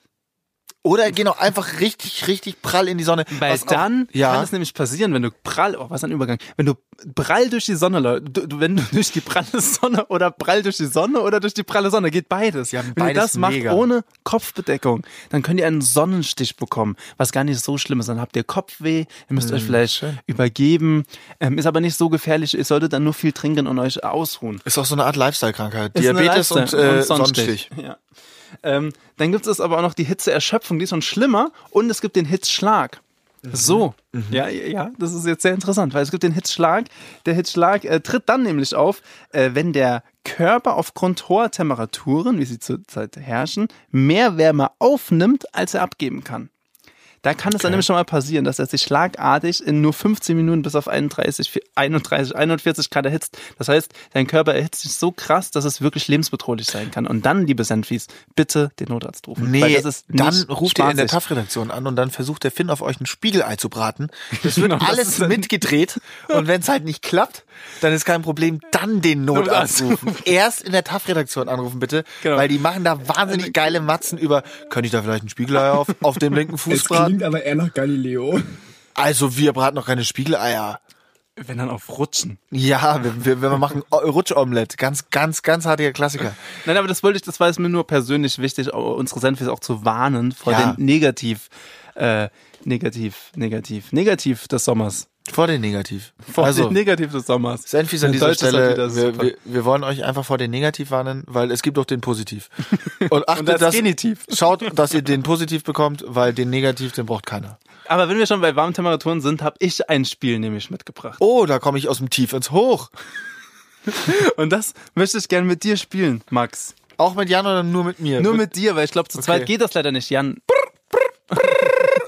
Oder genau, einfach richtig, richtig prall in die Sonne.
Weil
Was auch-
dann
ja,
kann es nämlich passieren, wenn du prall, oh, was ein Übergang, wenn du prall durch die Sonne läufst, du- du- wenn du durch die pralle Sonne oder prall durch die Sonne oder durch die pralle Sonne, geht beides.
Ja,
wenn
beides
ihr das macht
mega.
ohne Kopfbedeckung, dann könnt ihr einen Sonnenstich bekommen, was gar nicht so schlimm ist. Dann habt ihr Kopfweh, ihr müsst
Hm,
euch vielleicht übergeben, ähm, ist aber nicht so gefährlich, ihr solltet dann nur viel trinken und euch ausruhen.
ist auch so eine Art Lifestyle-Krankheit.
Ist eine
Diabetes und,
Lifestyle-
äh,
und
Sonnenstich.
Ja. Ähm, dann gibt es aber auch noch die Hitzeerschöpfung, die ist schon schlimmer und es gibt den Hitzschlag.
Mhm.
So, ja, ja, ja, das ist jetzt sehr interessant, weil es gibt den Hitzschlag. Der Hitzschlag äh, tritt dann nämlich auf, äh, wenn der Körper aufgrund hoher Temperaturen, wie sie zurzeit herrschen, mehr Wärme aufnimmt, als er abgeben kann. Da kann es dann nämlich schon mal passieren, dass er sich schlagartig in nur 15 Minuten bis auf 31, 31, 41 Grad erhitzt. Das heißt, dein Körper erhitzt sich so krass, dass es wirklich lebensbedrohlich sein kann. Und dann, liebe Sandfies, bitte den Notarzt rufen.
Nee,
weil das ist
dann
nicht
ruft ihr in der
spaßig.
TAF-Redaktion an und dann versucht der Finn auf euch ein Spiegelei zu braten. Das wird
Genau, das
alles
ist dann-
mitgedreht und wenn es halt nicht klappt, dann ist kein Problem, dann den Notarzt
Notarzt
rufen. Erst in der TAF-Redaktion anrufen bitte,
Genau. Äh,
weil die machen da wahnsinnig geile Matzen über, könnte ich da vielleicht ein Spiegelei auf, auf dem linken Fuß
Es
braten?
klingt aber eher nach Galileo.
Also wir braten noch keine Spiegeleier.
Wenn dann auf Rutschen.
Ja, wir, wir, wir machen O- Rutschomelett. Ganz, ganz, ganz hartiger Klassiker.
Nein, aber das wollte ich, das war es mir nur persönlich wichtig, au- unsere Senfis auch zu warnen vor
Ja.
den Negativ, äh, Negativ, Negativ, Negativ des Sommers.
Vor den Negativ.
Vor
also,
den Negativ des Sommers.
Senfis an
Ein
dieser
deutsches hat
Stelle,
halt wieder
wir,
super.
wir, wir wollen euch einfach vor den Negativ warnen, weil es gibt auch den Positiv. Und achtet,
das
dass,
Genitiv.
schaut, dass ihr den Positiv bekommt, weil den Negativ, den braucht keiner.
Aber wenn wir schon bei warmen Temperaturen sind, habe ich ein Spiel nämlich mitgebracht.
Oh, da komme ich aus dem Tief ins Hoch.
Und das möchte ich gerne mit dir spielen, Max.
Auch mit Jan oder nur mit mir?
Nur mit dir, weil ich glaube, zu zweit geht das leider nicht, Jan.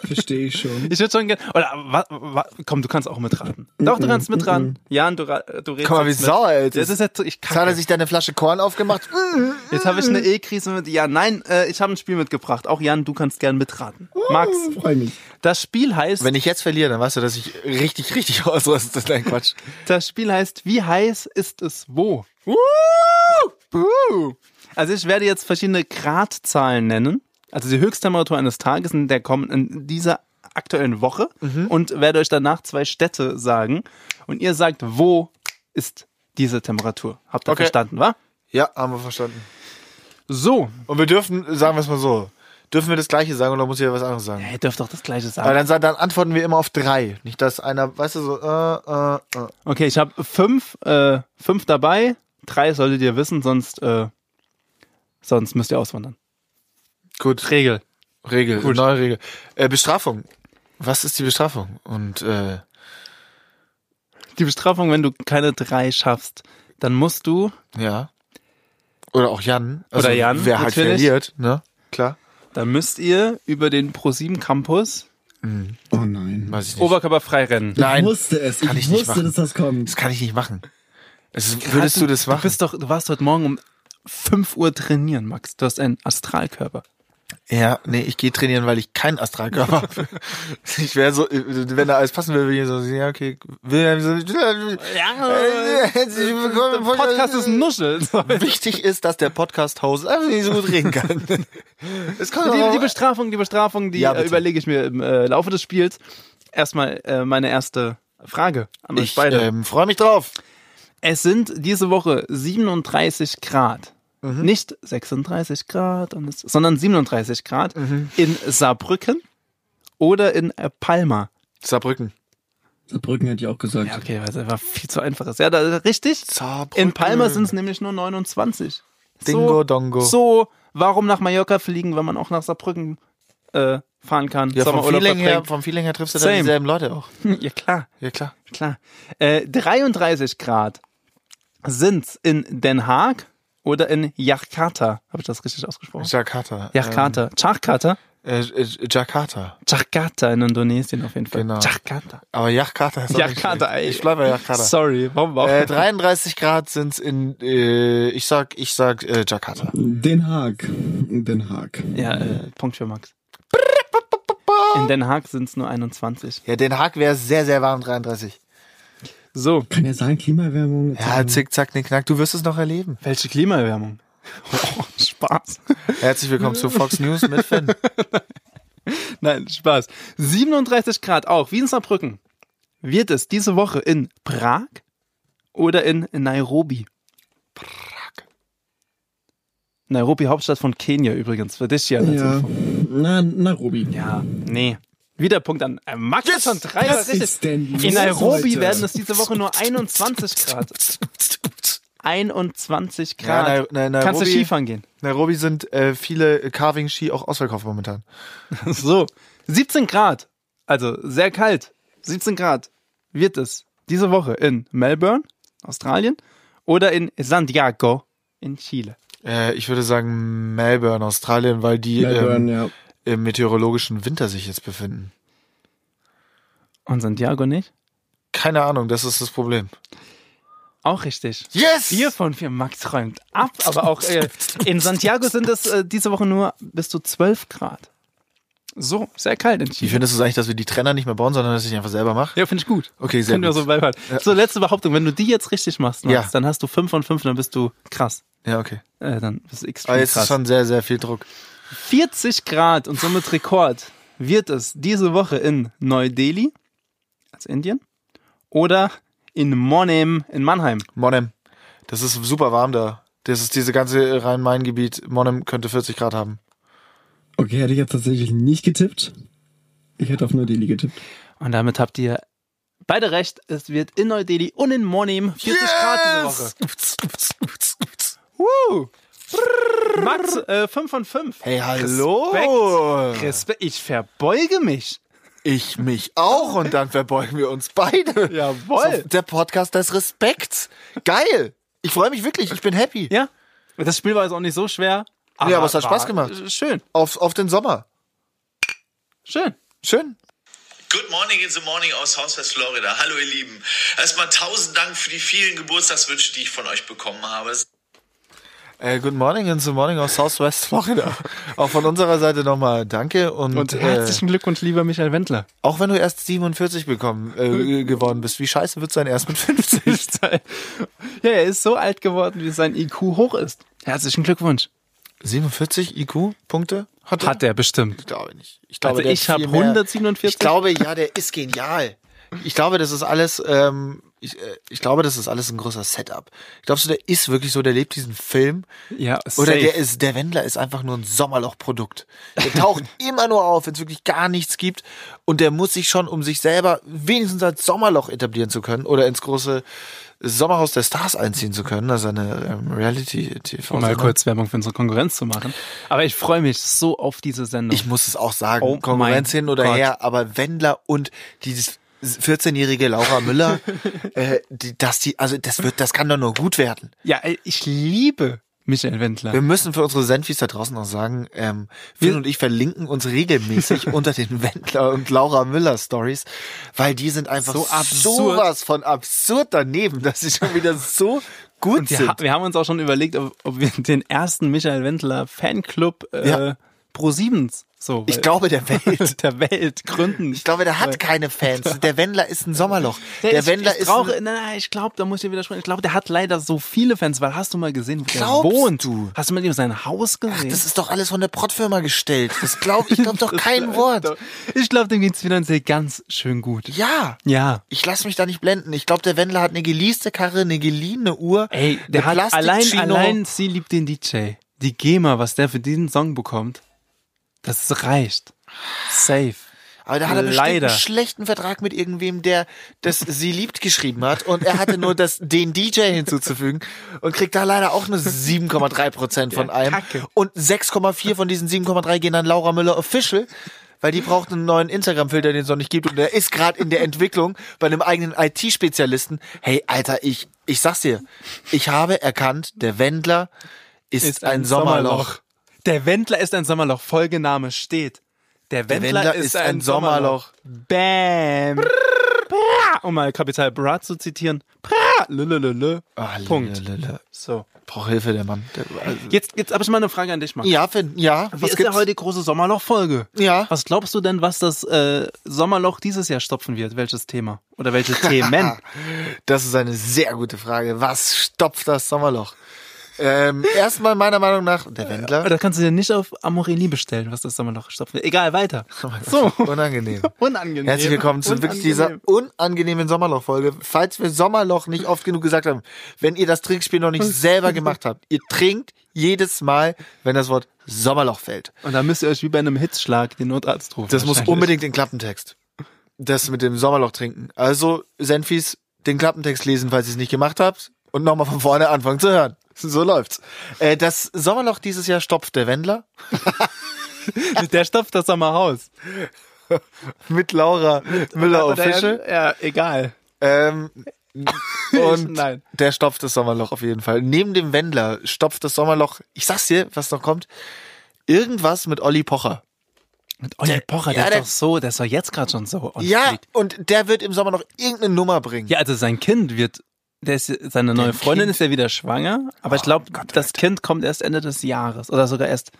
Verstehe ich schon.
Ich würde schon gerne. Oder wa, wa, komm, du kannst auch mitraten. Doch, du kannst mitraten. Jan, du, ra- du redest.
Guck mal, wie
jetzt mit.
sauer er jetzt
Das
ist.
ist jetzt, so- ich
Jetzt hat er
kann.
sich da eine Flasche Korn aufgemacht. Mm.
Jetzt habe ich eine E-Krise mit Jan. Nein, äh, ich habe ein Spiel mitgebracht. Auch Jan, du kannst gerne mitraten. Max,
Freue mich.
das Spiel heißt.
Wenn ich jetzt verliere, dann weißt du, dass ich richtig, richtig ausraste. Nein, Quatsch.
Das Spiel heißt Wie heiß ist es wo? Buh. Also ich werde jetzt verschiedene Gradzahlen nennen. Also die Höchsttemperatur eines Tages in, der kommen, in dieser aktuellen Woche und werde euch danach zwei Städte sagen. Und ihr sagt, wo ist diese Temperatur? Habt ihr
Okay.
verstanden, wa?
Ja, haben wir verstanden.
So.
Und wir dürfen, sagen wir es mal so, dürfen wir das Gleiche sagen oder muss jeder was anderes sagen?
Ihr dürft doch das Gleiche
Aber
sagen.
dann, sa- dann antworten wir immer auf drei. Nicht, dass einer, weißt du, so, äh, äh, äh.
Okay, ich habe fünf, äh, fünf dabei. Drei solltet ihr wissen, sonst, äh, sonst müsst ihr auswandern.
Gut.
Regel.
Regel,
Gut.
neue Regel. Äh, Bestrafung. Was ist die Bestrafung? Und äh,
die Bestrafung, wenn du keine drei schaffst, dann musst du,
ja. Oder auch Jan.
Oder Jan,
Wer halt
natürlich.
verliert, ne? Klar.
dann müsst ihr über den ProSieben Campus Mhm.
Oh nein.
Weiß ich nicht.
oberkörperfrei rennen.
Nein.
Ich wusste es. Ich,
Kann ich nicht
wusste,
machen.
dass das kommt.
Das kann ich nicht machen. Es ist, würdest du das
Du
machen?
bist doch, du warst heute Morgen um 5 Uhr trainieren, Max. Du hast einen Astralkörper.
Ja, nee, ich gehe trainieren, weil ich keinen Astralkörper habe. Ich wäre so, äh, wenn da alles passen würde, würde ich so, ja, okay, Wilhelm, so,
Ja,
herzlich willkommen.
der Podcast ist Nuschel.
Wichtig ist, dass der Podcast-Host einfach nicht so gut reden kann. Es kommt
Die, die
auch,
Bestrafung, die Bestrafung, die
Ja,
äh,
bitte.
überlege ich mir im äh, Laufe des Spiels. Erstmal äh, meine erste Frage an euch
ich
beide.
ähm, freue mich drauf.
Es sind diese Woche 37 Grad.
Mhm.
Nicht 36 Grad, und es, sondern 37 Grad
Mhm.
in Saarbrücken oder in äh, Palma.
Saarbrücken.
Saarbrücken hätte ich auch gesagt.
Ja, okay, weil es einfach viel zu einfach ist. Ja, da, richtig.
Saarbrücken.
In Palma sind es nämlich nur 29.
Dingo Dongo.
So, warum nach Mallorca fliegen, wenn man auch nach Saarbrücken äh, fahren kann?
ja, vom
Sommerurlaub
Feeling, her,
verbringen?
vom Feeling her triffst du
Same.
dann dieselben Leute auch.
Ja, klar.
Ja, klar.
Klar. Äh, 33 Grad sind in Den Haag oder in Jakarta. Habe ich das richtig ausgesprochen?
Jakarta.
Jakarta. Jakarta?
Ähm, äh, äh, Jakarta.
Jakarta in Indonesien auf jeden Fall.
Genau.
Jakarta.
Aber Jakarta ist auch nicht
Jakarta,
schlecht.
ey.
Ich bleibe bei Jakarta.
Sorry, warum auch?
Äh, 33 Grad sind's in, äh, ich sag, ich sag äh, Jakarta.
Den Haag. Den Haag.
ja, äh, Punkt für Max. In Den Haag sind es nur 21.
Ja, Den Haag wäre sehr, sehr warm, 33.
So,
Kann ja sein, Klimaerwärmung.
Ja, zick, zack, nick, knack, du wirst es noch erleben.
welche Klimaerwärmung? Oh, Spaß.
Herzlich willkommen zu Fox News mit Finn.
Nein, Spaß. 37 Grad auch, wie in Saarbrücken. Wird es diese Woche in Prag oder in Nairobi? Prag. Nairobi, Hauptstadt von Kenia übrigens, für dich hier.
ja. Na, Nairobi.
ja, nee. Wieder Punkt an äh, Max.
Yes,
schon drei Mal
das
richtig.
ist denn
in
los
Nairobi
heute?
werden es diese Woche nur 21 Grad. 21 Grad.
Ja, Nai- Nai-
Kannst du
Nairobi-
Skifahren gehen?
Nairobi sind äh, viele Carving-Ski auch ausverkauft momentan.
So, 17 Grad, also sehr kalt. 17 Grad wird es diese Woche in Melbourne, Australien oder in Santiago in Chile.
Äh, ich würde sagen Melbourne, Australien, weil die
Melbourne,
ähm,
ja.
im meteorologischen Winter sich jetzt befinden.
Und Santiago nicht?
Keine Ahnung, das ist das Problem.
Auch richtig.
Yes!
Vier von vier Max räumt ab, aber auch äh, in Santiago sind es äh, diese Woche nur bis zu 12 Grad. So, sehr kalt in
Wie
Chile.
findest du es eigentlich, dass wir die Trenner nicht mehr bauen, sondern dass ich die einfach selber mache?
Ja, finde ich gut.
Okay, sehr
Können wir
gut.
so beibehalten. So, letzte Behauptung. Wenn du die jetzt richtig machst, Max,
Ja.
dann hast du 5 von 5, dann bist du krass.
Ja, okay.
Äh, dann bist du extrem
Aber Ah, jetzt
krass.
ist schon sehr, sehr viel Druck.
40 Grad und somit Rekord wird es diese Woche in Neu-Delhi, also Indien, oder in Monheim in Mannheim.
Monem. Das ist super warm da. Das ist diese ganze Rhein-Main-Gebiet. Monem könnte 40 Grad haben.
Okay, hätte ich jetzt tatsächlich nicht getippt. Ich hätte auf nur Delhi getippt.
Und damit habt ihr beide recht. Es wird in Neu-Delhi und in Monheim 40 Grad diese Woche. Woo! Max, äh, 5 von 5.
Hey, hallo.
Respekt. Ich verbeuge mich.
Ich mich auch und dann verbeugen wir uns beide.
Jawohl.
So, Der Podcast des Respekts. Geil. Ich freue mich wirklich. Ich bin happy.
Ja, das Spiel war jetzt auch nicht so schwer.
Nee, aber es hat
war
Spaß gemacht.
Schön,
Auf, auf den Sommer.
schön.
Schön.
Good morning in the morning aus Haus West Florida. Hallo ihr Lieben. Erstmal tausend Dank für die vielen Geburtstagswünsche, die ich von euch bekommen habe.
Äh, good morning and good morning aus Southwest Florida. Auch von unserer Seite nochmal danke und,
Und
äh,
herzlichen Glückwunsch, lieber Michael Wendler.
auch wenn du erst 47 bekommen äh, geworden bist, wie scheiße wird's dann erst mit 50?
Nicht sein. halt- Ja, er ist so alt geworden, wie sein IQ hoch ist. Herzlichen Glückwunsch.
47 IQ-Punkte hat,
Hat er bestimmt.
Ich glaube nicht. Ich glaube,
Also
der
ich
hat viel
hab
mehr.
147.
Ich glaube, ja, der ist genial. Ich glaube, das ist alles, ähm, ich, äh, ich glaube, das ist alles ein großer Setup. Glaubst du, der ist wirklich so, der lebt diesen Film?
Ja,
Oder
safe.
der ist, der Wendler ist einfach nur ein Sommerlochprodukt. Der taucht immer nur auf, wenn es wirklich gar nichts gibt. Und der muss sich schon, um sich selber wenigstens als Sommerloch etablieren zu können oder ins große Sommerhaus der Stars einziehen zu können, also eine ähm, Reality-TV.
Um mal kurz Werbung für unsere Konkurrenz zu machen. Aber ich freue mich so auf diese Sendung.
Ich muss es auch sagen,
Oh
Konkurrenz
mein
hin oder
Gott.
her, aber Wendler und dieses 14-jährige Laura Müller, äh, die, dass die, also das wird, das kann doch nur gut werden.
ja, ey, ich liebe Michael Wendler.
Wir müssen für unsere Senfis da draußen noch sagen, ähm, Finn
Wir-
und ich verlinken uns regelmäßig unter den Wendler und Laura Müller Stories, weil die sind einfach
So absurd.
sowas von absurd daneben, dass sie schon wieder so gut
Wir, ha-
sind.
wir haben uns auch schon überlegt, ob, ob wir den ersten Michael Wendler Fanclub äh,
Ja.
ProSiebens so.
Ich glaube der Welt.
der Welt gründen.
Ich glaube, der hat keine Fans. Der Wendler ist ein Sommerloch. Der,
ich,
Wendler
ich
ist
brauche,
ein,
nein, nein, ich glaube, da muss ich widersprechen. Ich glaube, der hat leider so viele Fans, weil hast du mal gesehen, wo
Glaubst
der wohnt?
du?
Hast du mal ihm sein Haus gesehen?
das ist doch alles von der Prottfirma gestellt. Das glaub, ich glaube doch kein Wort.
ich glaube, dem geht's finanziell ganz schön gut.
Ja.
Ja.
Ich lasse mich da nicht blenden. Ich glaube, der Wendler hat eine geleaste Karre, eine geliehene Uhr.
Ey, der
eine
hat allein,
Plastikchino.
allein sie liebt den DJ. Die GEMA, was der für diesen Song bekommt, das reicht. Safe.
Aber da hat er bestimmt
Leider.
einen schlechten Vertrag mit irgendwem, der das Sie liebt geschrieben hat und er hatte nur das den DJ hinzuzufügen und kriegt da leider auch nur 7,3 Prozent von allem.
Kacke.
Und 6,4 von diesen 7,3 gehen an Laura Müller Official, weil die braucht einen neuen Instagram-Filter, den es noch nicht gibt und der ist gerade in der Entwicklung bei einem eigenen IT-Spezialisten. Hey, Alter, ich, ich sag's dir, ich habe erkannt, der Wendler ist, ein, Sommerloch.
Der Wendler ist ein Sommerloch. Folgename steht. Der Wendler,
Wendler
ist,
ist
ein,
ein
Sommerloch. Bam. Bra. Um mal Kapital Bra zu zitieren. Bra. Lülülülü.
Ah, lille,
Punkt.
lille.
So.
Brauch Hilfe, der Mann. Der, also,
Jetzt, jetzt habe ich mal eine Frage an dich, Max.
ja, Finn, ja.
Was ist ja heute die große Sommerloch-Folge?
Ja.
Was glaubst du denn, was das äh, Sommerloch dieses Jahr stopfen wird? Welches Thema? Oder welche Themen?
Das ist eine sehr gute Frage. Was stopft das Sommerloch? Ähm, erstmal meiner Meinung nach der Wendler.
Oder kannst du dir nicht auf Amorelie bestellen, was das Sommerloch stopfen wird? Egal, weiter. So.
Unangenehm.
Unangenehm.
Herzlich willkommen zu wirklich dieser
Unangenehm.
unangenehmen Sommerloch-Folge. Falls wir Sommerloch nicht oft genug gesagt haben, wenn ihr das Trinkspiel noch nicht selber gemacht habt, ihr trinkt jedes Mal, wenn das Wort Sommerloch fällt.
Und da müsst ihr euch wie bei einem Hitzschlag den Notarzt rufen.
Das muss
wahrscheinlich.
unbedingt in Klappentext. Das mit dem Sommerloch trinken. Also, Senfis, den Klappentext lesen, falls ihr es nicht gemacht habt. Und nochmal von vorne anfangen zu hören. So läuft's. Äh, das Sommerloch dieses Jahr stopft der Wendler
Der stopft das Sommerhaus.
mit Laura Müller auf
Oder-
Fische.
Ja, egal.
Ähm, und
Nein.
der stopft das Sommerloch auf jeden Fall. Neben dem Wendler stopft das Sommerloch, ich sag's dir, was noch kommt, irgendwas mit Olli Pocher.
Und Olli Pocher,
ja,
der,
der-
ist doch so, der ist doch jetzt gerade schon so. on
Ja,
fleek.
und der wird im Sommer noch irgendeine Nummer bringen.
Ja, also sein Kind wird, der ist, seine neue Freundin
Kind. Oh
ist ja wieder schwanger, aber ich glaube, das Kind kommt erst Ende des Jahres oder sogar erst,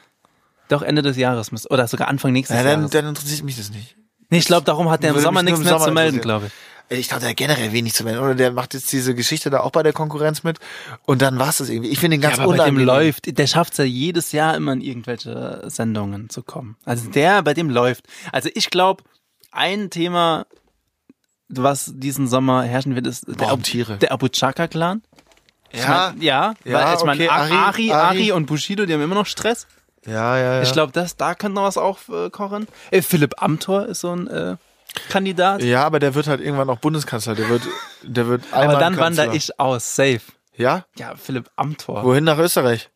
doch Ende des Jahres, müsste- oder sogar Anfang nächstes
Na, dann,
Jahres.
dann interessiert mich das nicht.
nee, ich glaube, darum hat der im
Würde
Sommer
mich nur
nichts
im
mehr
Sommer
zu melden,
interessieren.
glaube ich.
Äh, Ich glaube, der hat generell wenig zu melden. Oder der macht jetzt diese Geschichte da auch bei der Konkurrenz mit. Und dann war's das irgendwie. Ich finde den ganz
Ja, aber bei dem
unangenehm.
läuft, der schafft es ja jedes Jahr immer in irgendwelche Sendungen zu kommen. Also der, bei dem läuft. Also ich glaube, ein Thema, was diesen Sommer herrschen wird, ist der,
Tiere.
der Abu Chaka Clan.
Ja,
ich mein, ja,
Ja,
weil ich mein,
okay,
Ari,
Ari-
Ari,
Ari
und Bushido, die haben immer noch Stress.
ja, ja, ja.
Ich glaube, das, da könnte noch was aufkochen. Äh, Philipp Amthor ist so ein äh, Kandidat.
ja, aber der wird halt irgendwann auch Bundeskanzler. Der wird, der wird einmal
Aber dann
Kanzler.
wandere ich aus, safe.
Ja?
Ja, Philipp Amthor.
Wohin nach Österreich?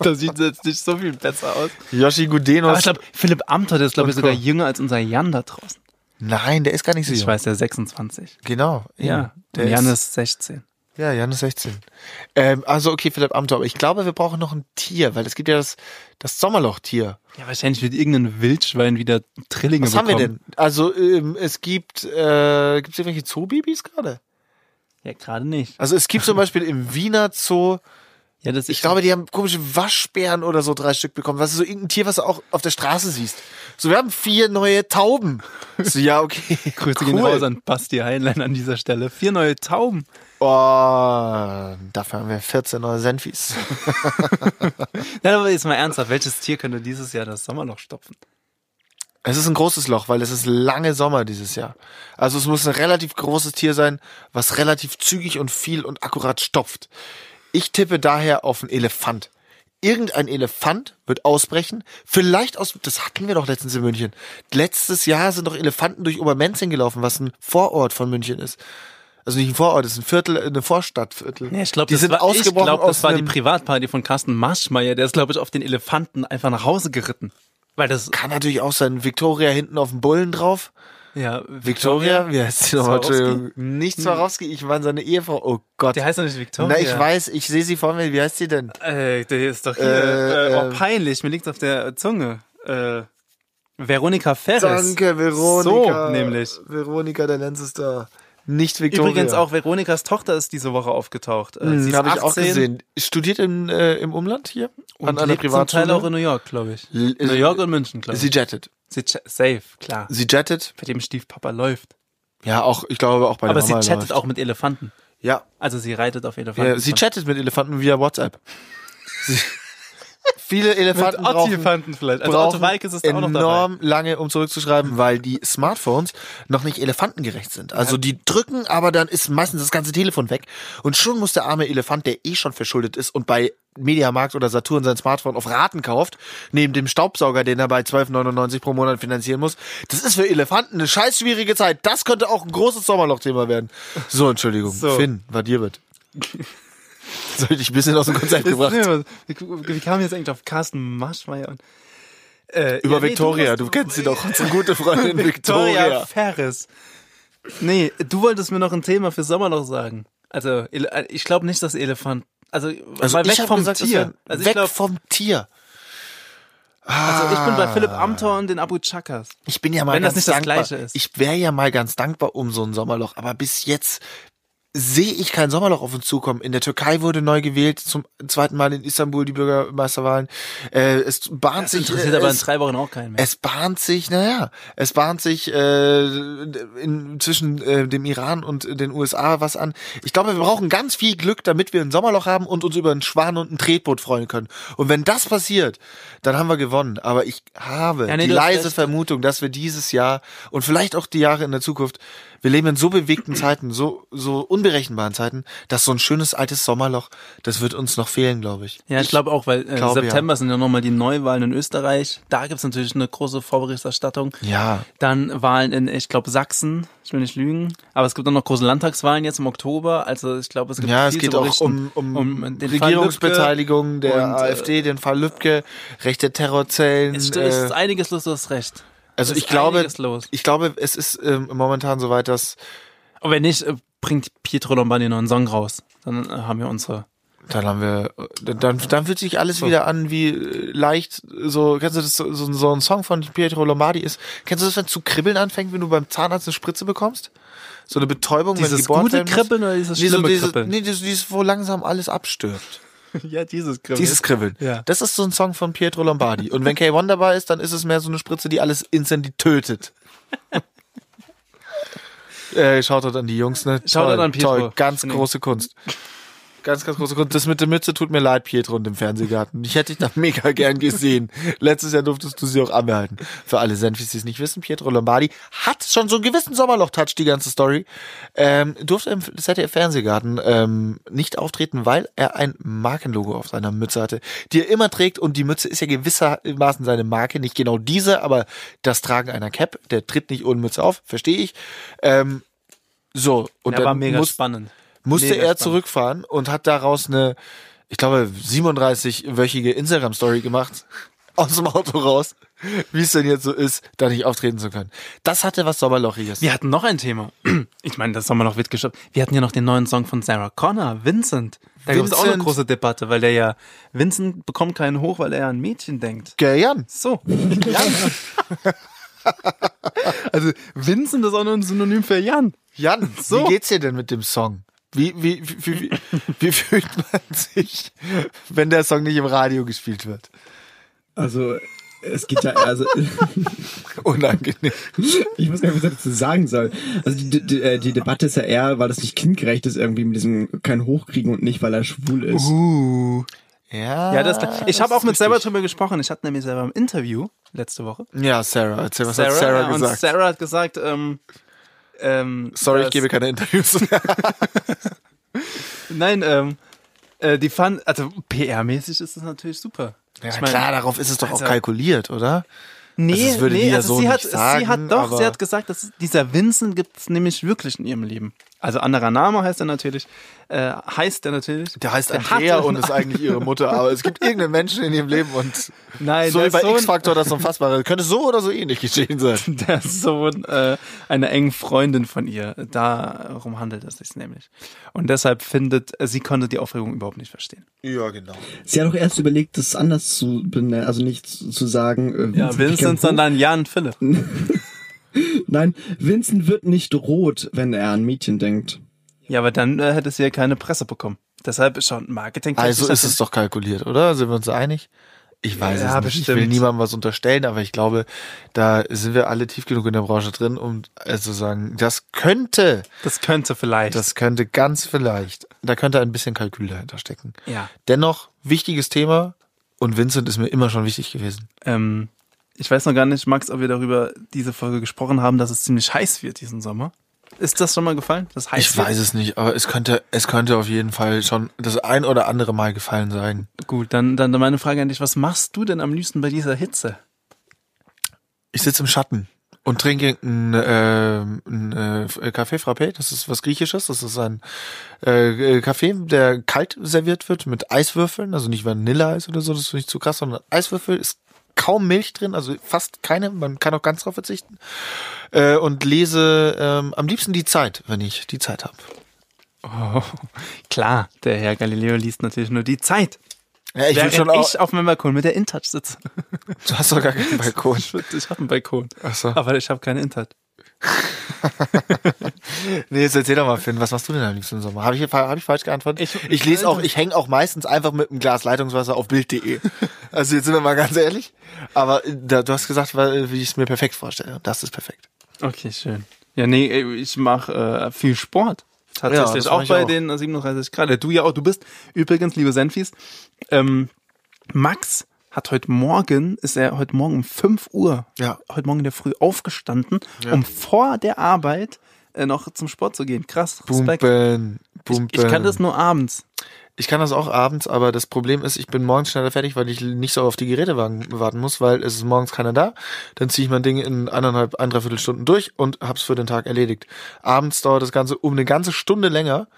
Da sieht jetzt nicht so viel besser aus.
Yoshi
Aber
Gudenos.
ich glaube, Philipp Amthor, der ist, glaube ich,
Und
sogar
Co.
jünger als unser Jan da draußen.
Nein, der ist gar nicht so
Ich
jung.
weiß, der ist 26.
Genau. eben.
Ja,
Der
und Jan
ist,
ist 16.
ja, Jan ist 16. Ähm, also okay, Philipp Amthor. Aber ich glaube, wir brauchen noch ein Tier, weil es gibt ja das, das Sommerloch-Tier.
Ja, wahrscheinlich wird irgendein Wildschwein wieder Trillinge
Was
bekommen.
haben wir denn? Also ähm, es gibt, äh, gibt es irgendwelche Zoobabys gerade?
Ja, gerade nicht.
Also es gibt zum Beispiel im Wiener Zoo,
Ja, das
ich glaube, die haben komische Waschbären oder so drei Stück bekommen. Was ist so irgendein Tier, was du auch auf der Straße siehst? So, wir haben vier neue Tauben. So, ja, okay.
Grüße gehen raus an Basti Heinlein an dieser Stelle. Vier neue Tauben.
Oh, dafür haben wir 14 neue Senfis.
Nein, aber jetzt mal ernsthaft, welches Tier könnte dieses Jahr das Sommerloch stopfen?
Es ist ein großes Loch, weil es ist lange Sommer dieses Jahr. Also es muss ein relativ großes Tier sein, was relativ zügig und viel und akkurat stopft. Ich tippe daher auf einen Elefant. Irgendein Elefant wird ausbrechen. Vielleicht aus, das hatten wir doch letztens in München. Letztes Jahr sind doch Elefanten durch Obermenzing gelaufen, was ein Vorort von München ist. Also nicht ein Vorort, es ist ein Viertel, eine Vorstadtviertel.
Ja, ich glaube,
die
das,
sind
war, ich
ausgebrochen
glaub,
aus
das war die
einem-
Privatparty von Carsten Maschmeyer. Der ist, glaube ich, auf den Elefanten einfach nach Hause geritten. Weil das,
Kann natürlich auch sein. Victoria hinten auf dem Bullen drauf.
ja,
Victoria, wie heißt sie nochmal?
Swarovski?
Entschuldigung. Nicht Swarovski, ich meine seine Ehefrau. Oh Gott.
Der heißt doch nicht Victoria.
Na, ich weiß, ich sehe sie vor mir. Wie heißt sie denn?
Äh, der ist doch hier.
Äh,
Äh,
äh,
oh, peinlich, mir liegt's auf der Zunge. Äh, Veronika Ferris.
Danke, Veronika.
So, nämlich.
Veronika, der Lenz ist da. Nicht Victoria.
Übrigens auch Veronikas Tochter ist diese Woche aufgetaucht. Äh,
Hm,
ist
habe ich auch
18.
gesehen. Studiert in, äh, im Umland hier? an einer
lebt zum Teil auch in
Privatschule.
New York, glaube ich.
L-
New York und München, glaube
Sie
ich.
jettet.
Sie ch- safe, klar.
Sie jettet.
Bei dem Stiefpapa läuft.
Ja, auch, ich glaube auch bei
Aber
der
sie
Mama
chattet
läuft.
auch mit Elefanten.
Ja,
Also sie reitet auf Elefanten.
ja sie chattet mit Elefanten via WhatsApp. Sie, viele Elefanten brauchen
Otti-Elefanten vielleicht. Also Otto
brauchen
Walkes ist da auch noch dabei.
enorm lange, um zurückzuschreiben, weil die Smartphones noch nicht elefantengerecht sind. Also die drücken, aber dann ist meistens das ganze Telefon weg. Und schon muss der arme Elefant, der eh schon verschuldet ist und bei Mediamarkt oder Saturn sein Smartphone auf Raten kauft, neben dem Staubsauger, den er bei 12,99 pro Monat finanzieren muss. Das ist für Elefanten eine scheiß schwierige Zeit. Das könnte auch ein großes Sommerlochthema werden. So, Entschuldigung.
So.
Finn, war dir wird. Soll ich dich ein bisschen aus dem Konzept gebracht?
Wie, wie kam jetzt eigentlich auf Carsten Maschmeyer und äh,
Über
ja, nee,
Victoria,
warst-
du, kennst sie doch. Unsere gute Freundin
Victoria
Victoria.
Ferris. Nee, du wolltest mir noch ein Thema für Sommerloch sagen. Also, Ele- äh, ich glaube nicht, dass Elefant. Also, mal weg
hab
vom
gesagt, das
Tier.
wär-
Also ich,
weg
glaub,
vom Tier.
also, ich bin bei Philipp Amthor und den Abu Chakas.
Ich bin ja mal
Wenn das
ganz
nicht das
dankbar.
Gleiche ist.
Ich wäre ja mal ganz dankbar um so ein Sommerloch, aber bis jetzt sehe ich kein Sommerloch auf uns zukommen. In der Türkei wurde neu gewählt, zum zweiten Mal in Istanbul die Bürgermeisterwahlen. Äh, es bahnt
Das
sich
interessiert
äh,
aber in
es,
drei Wochen auch keinen mehr.
es bahnt sich, naja, es bahnt sich äh, in, zwischen äh, dem Iran und den USA was an. Ich glaube, wir brauchen ganz viel Glück, damit wir ein Sommerloch haben und uns über einen Schwan und ein Tretboot freuen können. Und wenn das passiert, dann haben wir gewonnen. Aber ich habe
Ja, nee,
die
du hast
leise
recht.
Vermutung, dass wir dieses Jahr und vielleicht auch die Jahre in der Zukunft, wir leben in so bewegten Zeiten, so, so unberechenbaren Zeiten, dass so ein schönes altes Sommerloch, das wird uns noch fehlen, glaube ich.
Ja, ich glaube auch, weil äh,
glaube,
September sind ja nochmal die Neuwahlen in Österreich. Da gibt's natürlich eine große Vorberichterstattung.
Ja,
Dann Wahlen in, ich glaube, Sachsen. Ich will nicht lügen. Aber es gibt auch noch große Landtagswahlen jetzt im Oktober. Also ich glaube, es gibt
Ja, es
viel
geht
zu
auch um,
berichten.
um,
den Fall
Regierungsbeteiligung der
Lübcke und, äh,
AfD, den Fall Lübcke, rechte Terrorzellen.
Es ist,
äh,
ist einiges los, du hast recht.
also
es
ich
ist
glaube,
einiges los.
ich glaube, es ist ähm, momentan soweit, dass
Aber wenn nicht, äh, bringt Pietro Lombardi noch einen Song raus. Dann äh, haben wir unsere.
dann haben wir, dann, dann fühlt sich alles wieder an wie äh, leicht, so, kennst du das, so, so ein Song von Pietro Lombardi ist, kennst du das, wenn es zu kribbeln anfängt, wenn du beim Zahnarzt eine Spritze bekommst? So eine Betäubung, wenn
Dieses
die gebohrt
gute
werden muss?
Kribbeln oder dieses
Nee, so
schlimme
dieses,
Kribbeln?
nee, dieses, dieses, wo langsam alles abstirbt.
Ja, dieses Kribbeln.
Dieses Kribbeln.
Ja.
Das ist so ein Song von Pietro Lombardi. Und wenn K1 dabei ist, dann ist es mehr so eine Spritze, die alles instantly tötet. äh, Shoutout an die Jungs, ne?
Shoutout
Toll,
an Pietro.
Toll, ganz
Nee.
große Kunst. Ganz, ganz große Kunst. Das mit der Mütze tut mir leid, Pietro und dem Fernsehgarten. Ich hätte dich da mega gern gesehen. Letztes Jahr durftest du sie auch anbehalten. Für alle Senfis, die es nicht wissen, Pietro Lombardi hat schon so einen gewissen Sommerloch-Touch, die ganze Story. Ähm, durfte im ZDF-Fernsehgarten ähm, nicht auftreten, weil er ein Markenlogo auf seiner Mütze hatte, die er immer trägt. Und die Mütze ist ja gewissermaßen seine Marke. Nicht genau diese, aber das Tragen einer Cap. Der tritt nicht ohne Mütze auf, verstehe ich. Ähm, so, und
Ja, war
dann
mega
muss,
spannend.
musste
Mega
er
spannend.
zurückfahren und hat daraus eine, ich glaube, 37-wöchige Instagram-Story gemacht. Aus dem Auto raus, wie es denn jetzt so ist, da nicht auftreten zu können. Das hatte was Sommerlochiges.
Wir hatten noch ein Thema. Ich meine, das haben wir noch wird geschafft. Wir hatten ja noch den neuen Song von Sarah Connor, Vincent. Da gibt es auch eine
Vincent.
große Debatte, weil er ja, Vincent bekommt keinen hoch, weil er ja an Mädchen denkt.
Gell, Jan?
So. also Vincent ist auch nur ein Synonym für Jan.
Jan,
So.
wie geht's dir denn mit dem Song? Wie, wie, wie, wie, wie fühlt man sich, wenn der Song nicht im Radio gespielt wird?
Also, es geht ja, also,
Unangenehm.
ich weiß gar nicht, was ich dazu sagen soll. Also, die, die, äh, die Debatte ist ja eher, weil das nicht kindgerecht ist, irgendwie mit diesem kein Hochkriegen und nicht, weil er schwul ist.
Uh.
Ja,
Ja, das, ich habe
Ah, ist
auch mit
richtig.
selber drüber gesprochen. Ich hatte nämlich selber im Interview letzte Woche.
Ja, Sarah, erzähl, was hat Sarah
ja, Und
gesagt?
Sarah hat gesagt, ähm, ähm,
Sorry, ich
dass-
gebe keine Interviews.
Nein, ähm, äh, die fand, also PR-mäßig ist das natürlich super.
Ja,
Ich mein,
klar, darauf ist es doch
also-
auch kalkuliert, oder?
Nee,
Also, das würde die
nee,
ja
also
so
sie,
nicht
hat, sie
sagen,
hat doch, sie
aber-
hat gesagt, dass dieser Vincent gibt's nämlich wirklich in ihrem Leben. Also anderer Name heißt er natürlich, äh, heißt er natürlich.
Der heißt
hatte
Andrea
einen-
und ist eigentlich ihre Mutter, aber es gibt irgendeinen Menschen in ihrem Leben und
Nein,
so
der
wie bei
Sohn-
X-Faktor das Unfassbare. Könnte so oder so ähnlich geschehen sein.
der Sohn äh, einer engen Freundin von ihr. Darum handelt es sich nämlich. Und deshalb findet, äh, sie konnte die Aufregung überhaupt nicht verstehen.
Ja, genau.
Sie hat auch erst überlegt, das anders zu benennen, also nicht zu zu sagen, äh,
Ja, Vincent,
Campbell.
sondern Jan Philipp.
Nein, Vincent wird nicht rot, wenn er an Mädchen denkt.
Ja, aber dann äh, hätte sie ja keine Presse bekommen. Deshalb ist schon Marketing.
Also ist es doch kalkuliert, oder? Sind wir uns einig? Ich weiß
Ja,
es nicht. Ich
bestimmt.
will niemandem was unterstellen, aber ich glaube, da sind wir alle tief genug in der Branche drin, um äh, zu sagen, das könnte,
Das könnte vielleicht.
das könnte ganz vielleicht, da könnte ein bisschen Kalkül dahinter stecken.
ja.
Dennoch, wichtiges Thema und Vincent ist mir immer schon wichtig gewesen.
Ähm, ich weiß noch gar nicht, Max, ob wir darüber diese Folge gesprochen haben, dass es ziemlich heiß wird diesen Sommer. Ist das schon mal gefallen? Das heiß
Ich weiß es nicht, aber es könnte, es könnte auf jeden Fall schon das ein oder andere Mal gefallen sein.
Wird? Gut, dann, dann meine Frage an dich. Was machst du denn am liebsten bei dieser Hitze?
Ich sitze im Schatten und trinke einen, äh, einen äh, Kaffee Frappé. Das ist was Griechisches. Das ist ein äh, Kaffee, der kalt serviert wird mit Eiswürfeln. Also nicht Vanilleeis oder so. Das ist nicht zu krass, sondern Eiswürfel ist kaum Milch drin, also fast keine. Man kann auch ganz drauf verzichten. Äh, und lese ähm, am liebsten die Zeit, wenn ich die Zeit habe.
Oh, klar, der Herr Galileo liest natürlich nur die Zeit.
Ja, ich will
während
schon auch.
ich auf meinem Balkon mit der InTouch sitze.
du hast doch gar keinen Balkon.
Ich, würd- ich habe einen Balkon,
Ach so.
aber ich habe keine InTouch.
Nee, jetzt erzähl doch mal, Finn, was machst du denn am liebsten im Sommer? Habe ich, hab ich falsch geantwortet?
Ich-
Ich, lese auch, ich hänge auch meistens einfach mit einem Glas Leitungswasser auf Bild.de. Also jetzt sind wir mal ganz ehrlich. Aber äh, da, du hast gesagt, weil, wie ich es mir perfekt vorstelle. Und Das ist perfekt.
Okay, schön. Ja, nee, ey, ich mache äh, viel Sport.
Ja, das
Tatsächlich
mach
auch
ich
bei
auch.
den 37 Grad. Ja, Du ja auch, du bist übrigens, liebe Senfis, ähm, Max hat heute Morgen, ist er heute Morgen um 5 Uhr,
Ja.
heute Morgen in der Früh aufgestanden, um vor der Arbeit äh, noch zum Sport zu gehen. Krass, Respekt.
Pumpen, pumpen.
Ich kann das nur abends.
Ich kann das auch abends, aber das Problem ist, ich bin morgens schneller fertig, weil ich nicht so auf die Geräte wagen- warten muss, weil es ist morgens keiner da. Dann ziehe ich mein Ding in eineinhalb, ein, dreiviertel Stunden durch und hab's für den Tag erledigt. Abends dauert das Ganze um eine ganze Stunde länger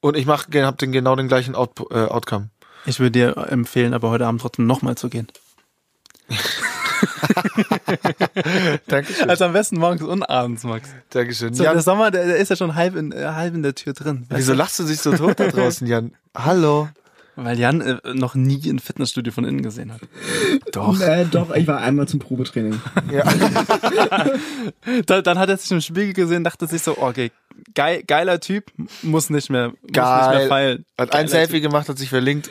und ich mach, hab den, genau den gleichen Out, äh, Outcome.
Ich würde dir empfehlen, aber heute Abend trotzdem nochmal zu gehen.
Dankeschön.
Also am besten morgens und abends, Max.
Dankeschön.
So,
Jan,
der Sommer, der, der ist ja schon halb in, äh, halb in der Tür drin.
wieso lachst du sich so tot da draußen, Jan? Hallo.
Weil Jan äh, noch nie ein Fitnessstudio von innen gesehen hat.
Doch.
Äh, doch, ich war einmal zum Probetraining.
Da, dann hat er sich im Spiegel gesehen, dachte sich so, oh, okay, geil, geiler Typ, muss nicht mehr, muss nicht mehr
Geil.
feilen.
Hat ein
Geiler
Selfie gemacht, hat sich verlinkt.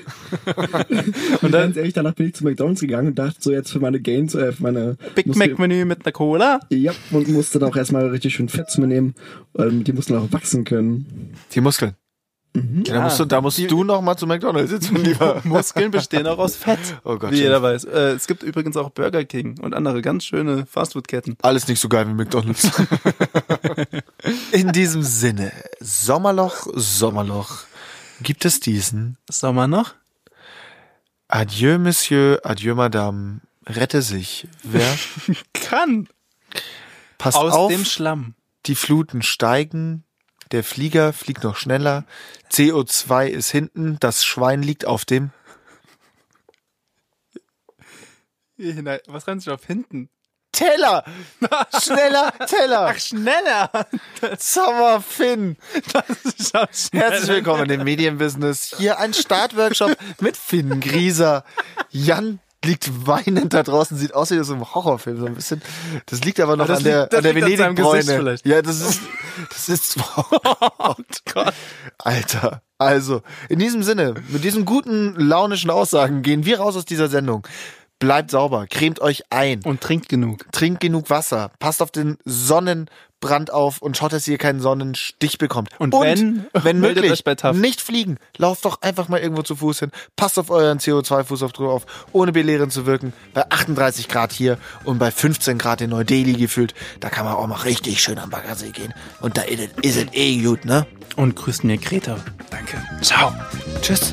Und dann, ganz ehrlich, danach bin ich zu McDonalds gegangen und dachte so jetzt für meine Gains, äh, für meine
Typ. Big Mac Menü mit einer Cola.
Ja, und musste dann auch erstmal richtig schön Fett zu mir nehmen. Ähm, die mussten auch wachsen können.
Die Muskeln. Da musst du, da musst du noch mal zu McDonalds jetzt, mein Lieber.
Muskeln bestehen auch aus Fett,
Oh Gott,
wie jeder
Chef.
weiß. Äh, es gibt übrigens auch Burger King und andere ganz schöne Fastfood-Ketten.
Alles nicht so geil wie McDonalds. In diesem Sinne, Sommerloch, Sommerloch, gibt es diesen.
Sommer noch?
Adieu, Monsieur, adieu, Madame, rette sich. Wer?
Kann.
Passt
Aus
auf,
dem Schlamm.
die Fluten steigen, der Flieger fliegt noch schneller, CO2 ist hinten, das Schwein liegt auf dem.
Hier hinein. Was rennt sich auf hinten?
Teller! Schneller, Teller!
Schneller!
Summer Finn!
Das ist auch schneller.
Herzlich willkommen in dem Medienbusiness. Hier ein Startworkshop mit Finn Grieser. Jan liegt weinend da draußen, sieht aus wie aus einem Horrorfilm so ein bisschen. Das liegt aber noch
das
an der,
liegt- das
an der
liegt an seinem Gesicht
Venedig-Bräune.
vielleicht.
Ja, das ist, das ist, oh Gott. Alter. Also, in diesem Sinne, mit diesen guten, launischen Aussagen gehen wir raus aus dieser Sendung. Bleibt sauber, cremt euch ein
Und trinkt genug.
trinkt genug Wasser, passt auf den Sonnenbrand auf und schaut, dass ihr keinen Sonnenstich bekommt.
Und wenn,
wenn
meldet
möglich,
euch bei TAF.
nicht fliegen. Lauft doch einfach mal irgendwo zu Fuß hin. Passt auf euren CO2-Fußabdruck auf, ohne belehrend zu wirken. Bei 38 Grad hier und bei 15 Grad in Neu-Delhi gefühlt, da kann man auch mal richtig schön am Baggersee gehen. Und da ist es eh gut, ne?
Und grüßt mir Greta. Danke. Ciao.
Tschüss.